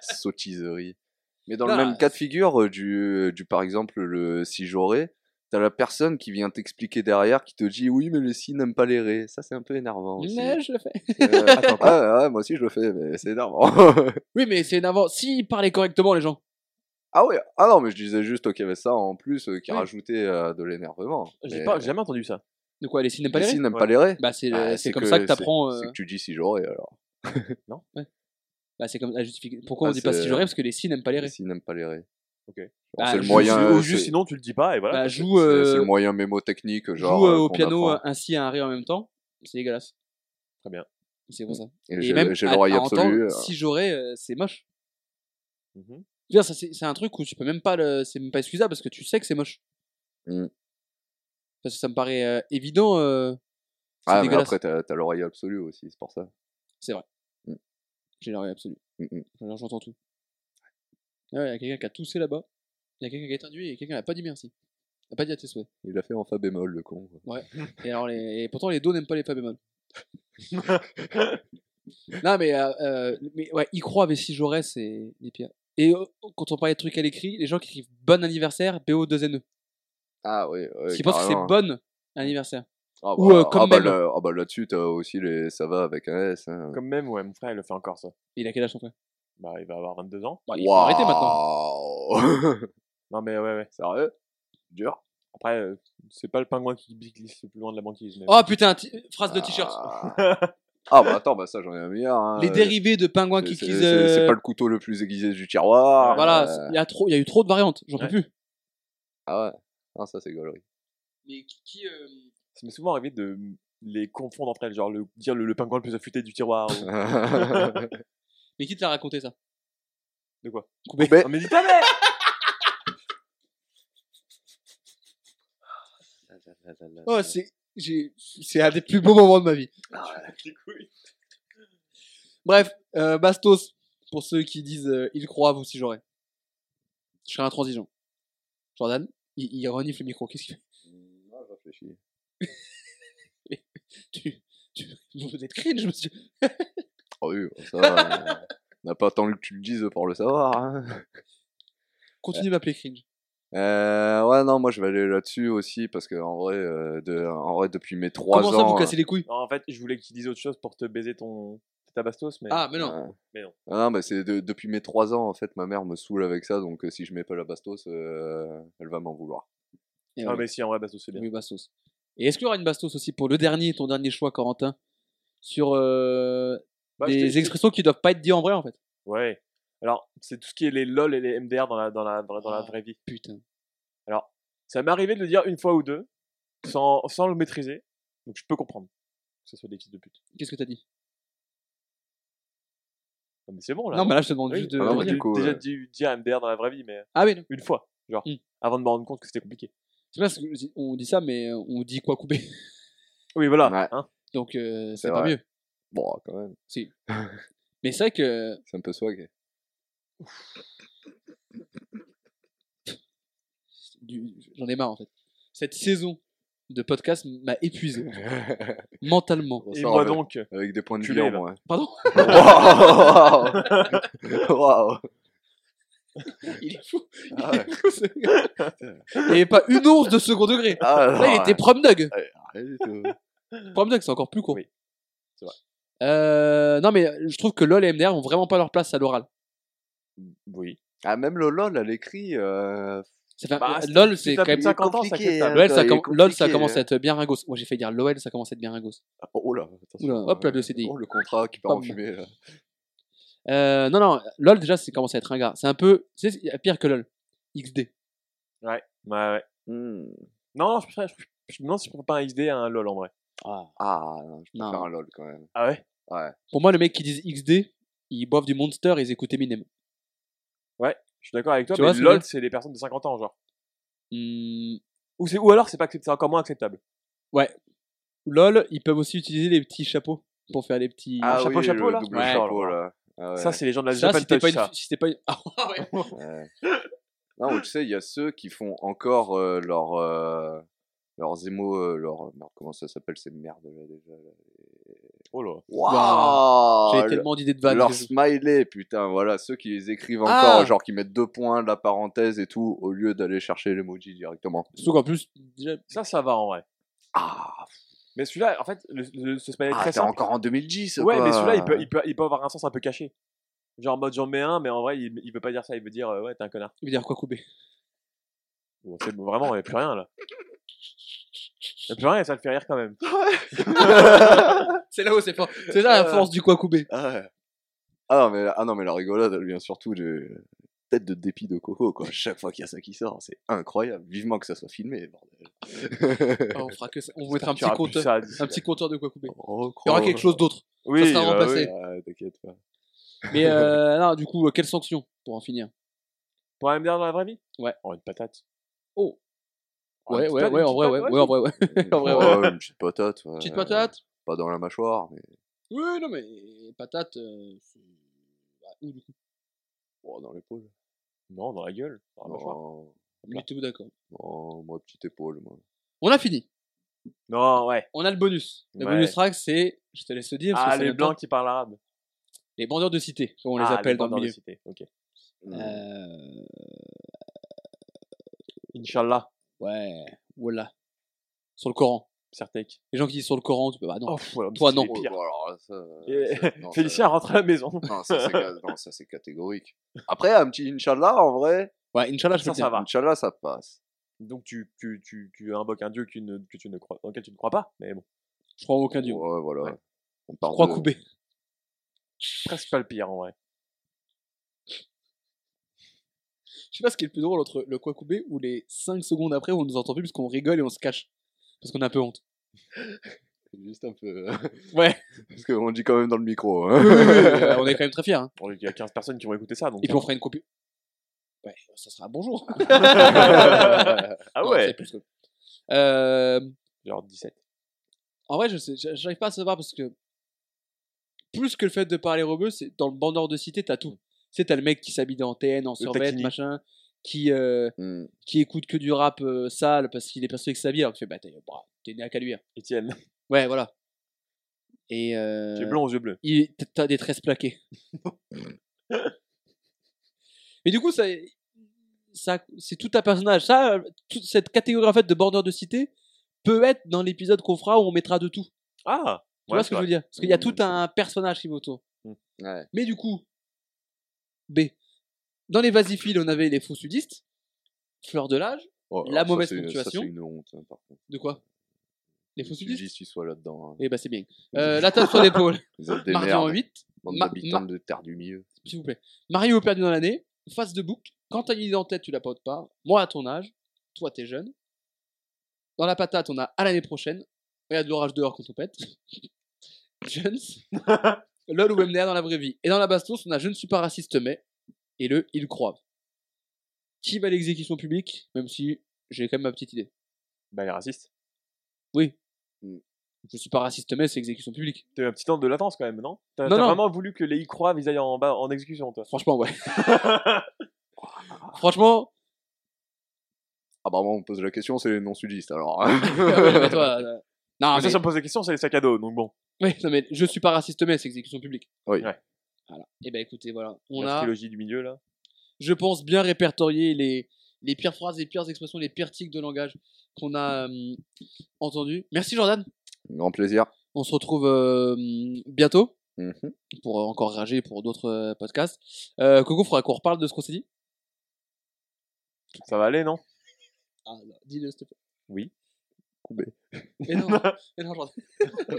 sottiserie. Mais dans Non, ah, le même cas de figure euh, du, du par exemple le si j'aurais, t'as la personne qui vient t'expliquer derrière, qui te dit oui mais le si n'aime pas les ré. Ça c'est un peu énervant aussi. Mais je le fais. <laughs> Euh, ah, ah, moi aussi je le fais, mais c'est énervant. <laughs> Oui, mais c'est énervant. S'ils parlaient correctement, les gens. ah ouais, ah non mais je disais juste qu'il y avait ça en plus euh, qui Oui. rajoutait euh, de l'énervement. J'ai Mais pas- j'ai jamais entendu ça. De quoi Les cinémas le pas les si rires n'aime Ouais. pas les ré. Bah, c'est Bah, c'est comme ça que c'est- t'apprends. euh, C'est que tu dis si j'aurais alors. Bah, c'est comme la justification. Pourquoi Ah, on dit pas c'est- si j'aurais Parce que les si n'aiment pas les Le ré. si n'aime pas les ré. Ok. Genre, Bah, c'est le juste- moyen. Ou euh, juste c'est- sinon, tu le dis pas, et voilà. Bah, joue, c'est- c'est euh, le moyen mémotechnique genre. joue euh, euh, au qu'on piano apprend. un si et un ré en même temps. C'est dégueulasse. Très bien. C'est pour ça. Et j'ai j'ai l'oreille absolue. euh. si j'aurais, euh, c'est moche. Mhm. Je veux dire, ça, C'est c'est un truc où tu peux même pas le. C'est même pas excusable parce que tu sais que c'est moche. Mm. Parce que ça me paraît euh, évident. euh, c'est Ah, mais dégueulasse. après, t'as t'as l'oreille absolue aussi, c'est pour ça. J'ai l'oreille absolue. Mm, mm. Alors, J'entends tout. Ah ouais, il y a quelqu'un qui a toussé là-bas. Il y a quelqu'un qui a éternué et quelqu'un n'a pas dit merci. N'a pas dit à tes souhaits. Il a fait en fa bémol, le con. Et, alors les... et pourtant, les dos n'aiment pas les fa bémol. <laughs> non, mais, euh, euh, mais ouais, y croire, mais si j'aurais, c'est les pires. Et euh, quand on parlait de trucs à l'écrit, les gens qui écrivent bon anniversaire, BO2NE. Ah oui, Parce ouais, qu'ils pensent que c'est carrément. bon anniversaire. Ah, ou, euh, ah, comme bah, même. là- ah bah là-dessus, t'as aussi les ça va avec un S. Hein. Comme même, ouais, mon frère, il le fait encore ça. Il a quel âge son frère Bah, il va avoir 22 ans. Bon, Il faut arrêter maintenant. maintenant. Non, mais ouais, ouais. <laughs> Sérieux Dur. Après, euh, c'est pas le pingouin qui glisse le plus loin de la banquise. mais- Oh putain, ti- phrase de t-shirt. Ah. <laughs> Ah, bah attends, bah ça j'en ai un meilleur. hein. euh, Les dérivés de pingouins qui C'est- quise. C'est c'est- c'est pas le couteau le plus aiguisé du tiroir. Voilà, euh, il y, a trop- il y a eu trop de variantes, j'en peux Ouais. plus. Ah ouais. Non, ça c'est <laughs> gaulerie. Mais qui. qui, euh, Ça m'est souvent arrivé de les confondre entre elles, genre le, dire le, le pingouin le plus affûté du tiroir. <laughs> ou- Mais qui te l'a raconté ça De quoi Coupé. Coupé. En Méditerranée Oh, c'est. j'ai- C'est un des plus beaux moments de ma vie. Ah, Bref, euh, Bastos, pour ceux qui disent euh, il croit, vous si j'aurais. Je serais intransigeant. Jordan, il, il renifle le micro. Qu'est-ce qu'il fait Non, Ah, je réfléchis. tu, tu, Vous êtes cringe, monsieur. Oh oui, ça <laughs> va, euh, On n'a pas attendu que tu le dises pour le savoir. hein. Continuez de m'appeler cringe. Euh, ouais, non, moi je vais aller là-dessus aussi parce que en vrai, euh, de, en vrai depuis mes 3 Comment ans. ça, vous cassez les couilles Non, en fait, je voulais qu'il dise autre chose pour te baiser ton ta bastos, mais Ah, mais non. euh, Mais non. Ah non, mais c'est de- depuis mes 3 ans en fait, ma mère me saoule avec ça donc euh, si je mets pas la bastos, euh, elle va m'en vouloir. Eh Ah, oui, mais si, en vrai, bastos, c'est bien. oui, Bastos. Et est-ce qu'il y aura une Bastos aussi pour le dernier, ton dernier choix, Corentin Sur euh, Bah, je des t'ai- expressions qui doivent pas être dites en vrai, en fait. Ouais. Alors, c'est tout ce qui est les LOL et les MDR dans la, dans la, dans la Ah. vraie vie. Putain. Alors, Ça m'est arrivé de le dire une fois ou deux, sans, sans le maîtriser. Donc je peux comprendre que ce soit des fils de pute. Qu'est-ce que t'as dit Non, mais c'est bon Oh là. Non, mais là, je te demande Oui, juste de. j'ai Ah non, mais déjà- du coup, déjà euh, dit, dit à MDR dans la vraie vie, mais euh, Ah oui, non. une fois, genre, Hmm. avant de me rendre compte que c'était compliqué. c'est parce qu'on dit ça, mais on dit quoi couper. <laughs> Oui, voilà. Ouais. hein. Donc, euh, c'est C'est pas vrai. mieux. Bon, quand même, Mais c'est vrai que. c'est un peu swag. du- J'en ai marre, en fait. Cette saison de podcast m'a <laughs> épuisé mentalement. On Et s'en moi rappelle. donc, euh, Avec des points de Tu vue en l'es, là. moins. <laughs> Pardon Waouh <laughs> Waouh Il est fou. <laughs> Ah ouais. Il est fou, ce gars. Il n'y avait pas une once de second degré. Ah, Là, non, il euh, était ouais. prom dog. Rien du tout. Prom dog, c'est encore plus court. Oui. C'est vrai. Euh, non, mais je trouve que LoL et MDR ont vraiment pas leur place à l'oral. oui. Ah, même Lolol, elle écrit. Euh... Ça fait- Bah, LoL, si c'est t'as quand même. plus 50 ans, ça compliqué, acceptable. LOL, ça, il est com- LOL, ça compliqué, commence à hein. être bien ringos. Moi, j'ai failli dire LOL, ça commence à être bien ringos. Oh là, attention. Oula, hop là, le Euh, CDI. Oh, le contrat qui part en Pam. fumée. là. Euh, non, non, LOL, déjà, c'est commence à être ringard. C'est un peu. Tu sais, pire que LOL. XD. Ouais, ouais. Hmm. Non, non, je préfère, je, je me demande si je préfère pas un XD à un LOL en vrai. Ah, non, je Non. préfère un LOL quand même. Ah ouais Pour moi, les mecs qui disent XD, ils boivent du Monster et ils écoutent Eminem. Je suis d'accord avec toi, Tu vois mais ce que je veux LOL, c'est les personnes de 50 ans, genre. Hmm, Ou, c'est- ou alors, c'est pas accept- c'est encore moins acceptable. LOL, ils peuvent aussi utiliser les petits chapeaux pour faire les petits. Ah, bah, chapeau, oui, chapeau, le là double Ouais. chapeau, là. Ah ouais. Ça, c'est les gens de la ça, Japan si t'es Touch, pas ça. une. Si t'es pas une- <laughs> Ah, ouais. Ouais. Non, mais tu sais, il y a ceux qui font encore euh, leur, euh, leurs émos, euh, leur... merde, comment ça s'appelle ces merdes là déjà là Oh là. J'avais Waouh le- tellement d'idées de vannes. Leur que je- smiley, putain, voilà, ceux qui les écrivent encore, Ah genre qui mettent deux points, la parenthèse et tout, au lieu d'aller chercher l'emoji directement. Surtout qu'en plus, déjà, Ça, ça va en vrai. Ah, Mais celui-là, en fait, le, le- ce smiley ah très t'es simple. encore en 2010, Ouais, quoi. euh, mais celui-là, il peut, il, peut, il peut avoir un sens un peu caché. Genre en mode j'en mets un, mais en vrai, il, il veut pas dire ça, il veut dire euh, ouais, t'es un connard. il veut dire quoi couper Bon, c'est bon, vraiment, y a plus rien là. Y a plus rien et ça le fait rire quand même. C'est là où c'est fort. C'est là la Euh. force du quoi couper <laughs> Ah, ouais. Ah non, mais, la- ah non, mais la rigolade, elle vient surtout de tête de dépit de coco, quoi. Chaque fois qu'il y a ça qui sort, c'est incroyable. Vivement que ça soit <laughs> filmé, bordel. Ah, on fera que ça. On vous mettra un Tu petit auras plus compteur, ça à dire. un petit compteur de quoi couper Il y Recro- aura quelque chose d'autre. Oui, sera bah remplacé. oui. Ah, T'inquiète <laughs> pas. Mais euh, non, du coup, euh, quelle sanction pour en finir Pour un MDR dans la vraie vie Ouais. Oh, une patate. Oh Oh, Ouais, une petite ouais, patate, ouais, une en vrai, ouais, petite patate, ouais, en vrai, ouais. En vrai, Oh, Ouais, Une petite patate. ouais. Petite patate Pas dans la mâchoire, mais. Oui, non, mais patate, euh, c'est- bah, où du coup Oh, dans l'épaule. Non, dans la gueule. Dans la mâchoire. Non, Bah. Mais tout d'accord. non, moi, petite épaule, moi. On a fini. Non, ouais. On a le bonus. Le Ouais. bonus track, c'est, je te laisse le dire, parce que Ah, c'est en les même temps, blancs qui parlent arabe. les bandeurs de cité, comme on les Ah, appelle dans blancs le milieu. les cités, Ok. Euh, Inch'Allah, ouais, voilà. Sur le Coran. Certec. Les gens qui disent sur le Coran, tu peux, bah non. Oh, pff, voilà, mais Toi, c'est non. les pires. Bon, alors, ça, Et- ça- non, ça- Félicien rentre à la maison. <laughs> Non, ça, c'est ca- non, ça, c'est catégorique. Après, un petit Inch'Allah, en vrai, Ouais, Inch'Allah, je peux Ça, le ça dire. va. Inch'Allah, ça passe. Donc tu, tu, tu, tu invoques un dieu qui ne, que tu ne crois, dans lequel tu ne crois pas. Mais bon, Je crois en aucun Oh. dieu. Ouais, voilà. Ouais. On part Croix Oh. de- coupée. presque pas le pire en vrai. Je sais pas ce qui est le plus drôle entre le quoi coupé ou les 5 secondes après où on nous entend plus parce qu'on rigole et on se cache. Parce qu'on a un peu <laughs> honte. Juste un peu. euh, <laughs> Ouais. Parce qu'on dit quand même dans le micro. Oui, oui, oui, Hein. euh, on est quand même très fiers. hein. Bon, Il y a 15 personnes qui vont écouter ça. Donc, Et puis on fera une copie. Ouais, ça sera un <laughs> bonjour. <laughs> ah Non, c'est ouais plus cool. Euh, Genre 17. en vrai, je sais, j'a- j'arrive pas à savoir parce que plus que le fait de parler rebeu, c'est dans le bandeur de cité, t'as tout. Tu sais, t'as le mec qui s'habille en TN, en survêt, taquini. machin, qui, euh, <laughs> Hmm. qui écoute que du rap euh, sale parce qu'il est persuadé que ça vient. Alors tu fais, bah t'es bah, t'es né à Caluire. Étienne, Ouais, voilà. Et euh, tu es blond aux yeux bleus. il- t- t'as des tresses <laughs> plaquées. Mais du coup, ça, ça, c'est tout un personnage. Ça, euh, toute cette catégorie en fait de bordeur de cité peut être dans l'épisode qu'on fera où on mettra de tout. Ah Tu vois ce que je veux dire Parce qu'il y a Mmh, tout un personnage qui va autour. Ouais. Mais du coup, B. Dans les vasiphiles, on avait les faux sudistes, fleur de l'âge, Oh, La alors, ça, mauvaise c'est- ponctuation. Ça, c'est une honte, hein, par contre. de quoi Les faux Tu sudistes dis qu'ils soient là-dedans. hein. Eh bah c'est bien. Euh, la tape sur l'épaule, Vous êtes des mardi en merdes. 8, Bande Ma- d'habitants de terre du milieu. s'il vous plaît. Mario perdu dans l'année, face de bouc, quand t'as une idée en tête, tu la portes pas. Moi à ton âge, toi t'es jeune, Dans la patate, on a à l'année prochaine. Il y a de l'orage dehors quand on pète. <laughs> Jones. <laughs> LOL ou MDR dans la vraie vie. Et dans la bastos, on a Je ne suis pas raciste, mais. Et le Il croit. Qui va à l'exécution publique Même si j'ai quand même ma petite idée. Bah, les racistes. Je ne suis pas raciste, mais c'est exécution publique. T'as eu un petit temps de latence quand même, non T'as Non, t'as non. Ah, vraiment voulu que les y croient, ils aillent en, bas, en exécution, toi. Franchement, <laughs> ouais. Franchement, Ah bah moi, on me pose la question, c'est les non-sudistes, alors. hein. <laughs> ah ouais, mais toi, euh, Non, mais mais... ça, si on me pose la question, c'est les sacs à dos, donc bon. ouais, non, mais je suis pas raciste, mais c'est exécution publique. Oui. Ouais. Voilà. Et ben écoutez, voilà. On a, la trilogie du milieu, là. je pense, bien répertorié les, les pires phrases, les pires expressions, les pires tics de langage qu'on a euh, entendu. Merci Jordan. Grand plaisir. On se retrouve euh, bientôt Mhm. pour euh, encore rager pour d'autres euh, podcasts. Euh, Coco, faudra qu'on reparle de ce qu'on s'est dit. Ça va aller, non Ah, non, dis-le s'il te plaît. Oui. Coubé. <laughs> Mais <laughs> non, mais non, Jordan.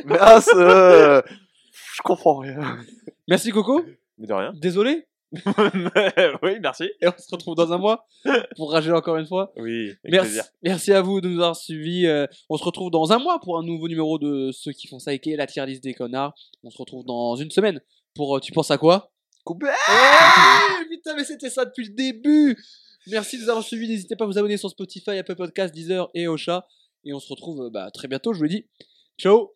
Mais ah, c'est, <laughs> euh, Je comprends rien. Merci Coco. Mais <laughs> de rien. Désolé. oui, merci. Et on se retrouve dans un mois pour rager encore une fois. Oui, avec Merci, plaisir. merci à vous de nous avoir suivis. Euh, on se retrouve dans un mois pour un nouveau numéro de ceux qui font ça et qui est la tier list des connards. On se retrouve dans une semaine pour euh, Tu penses à quoi Coupé Ouais, Putain, mais c'était ça depuis le début Merci de nous avoir suivis. N'hésitez pas à vous abonner sur Spotify, Apple Podcast, Deezer et Ocha. Et on se retrouve euh, bah, très bientôt. Je vous le dis. Ciao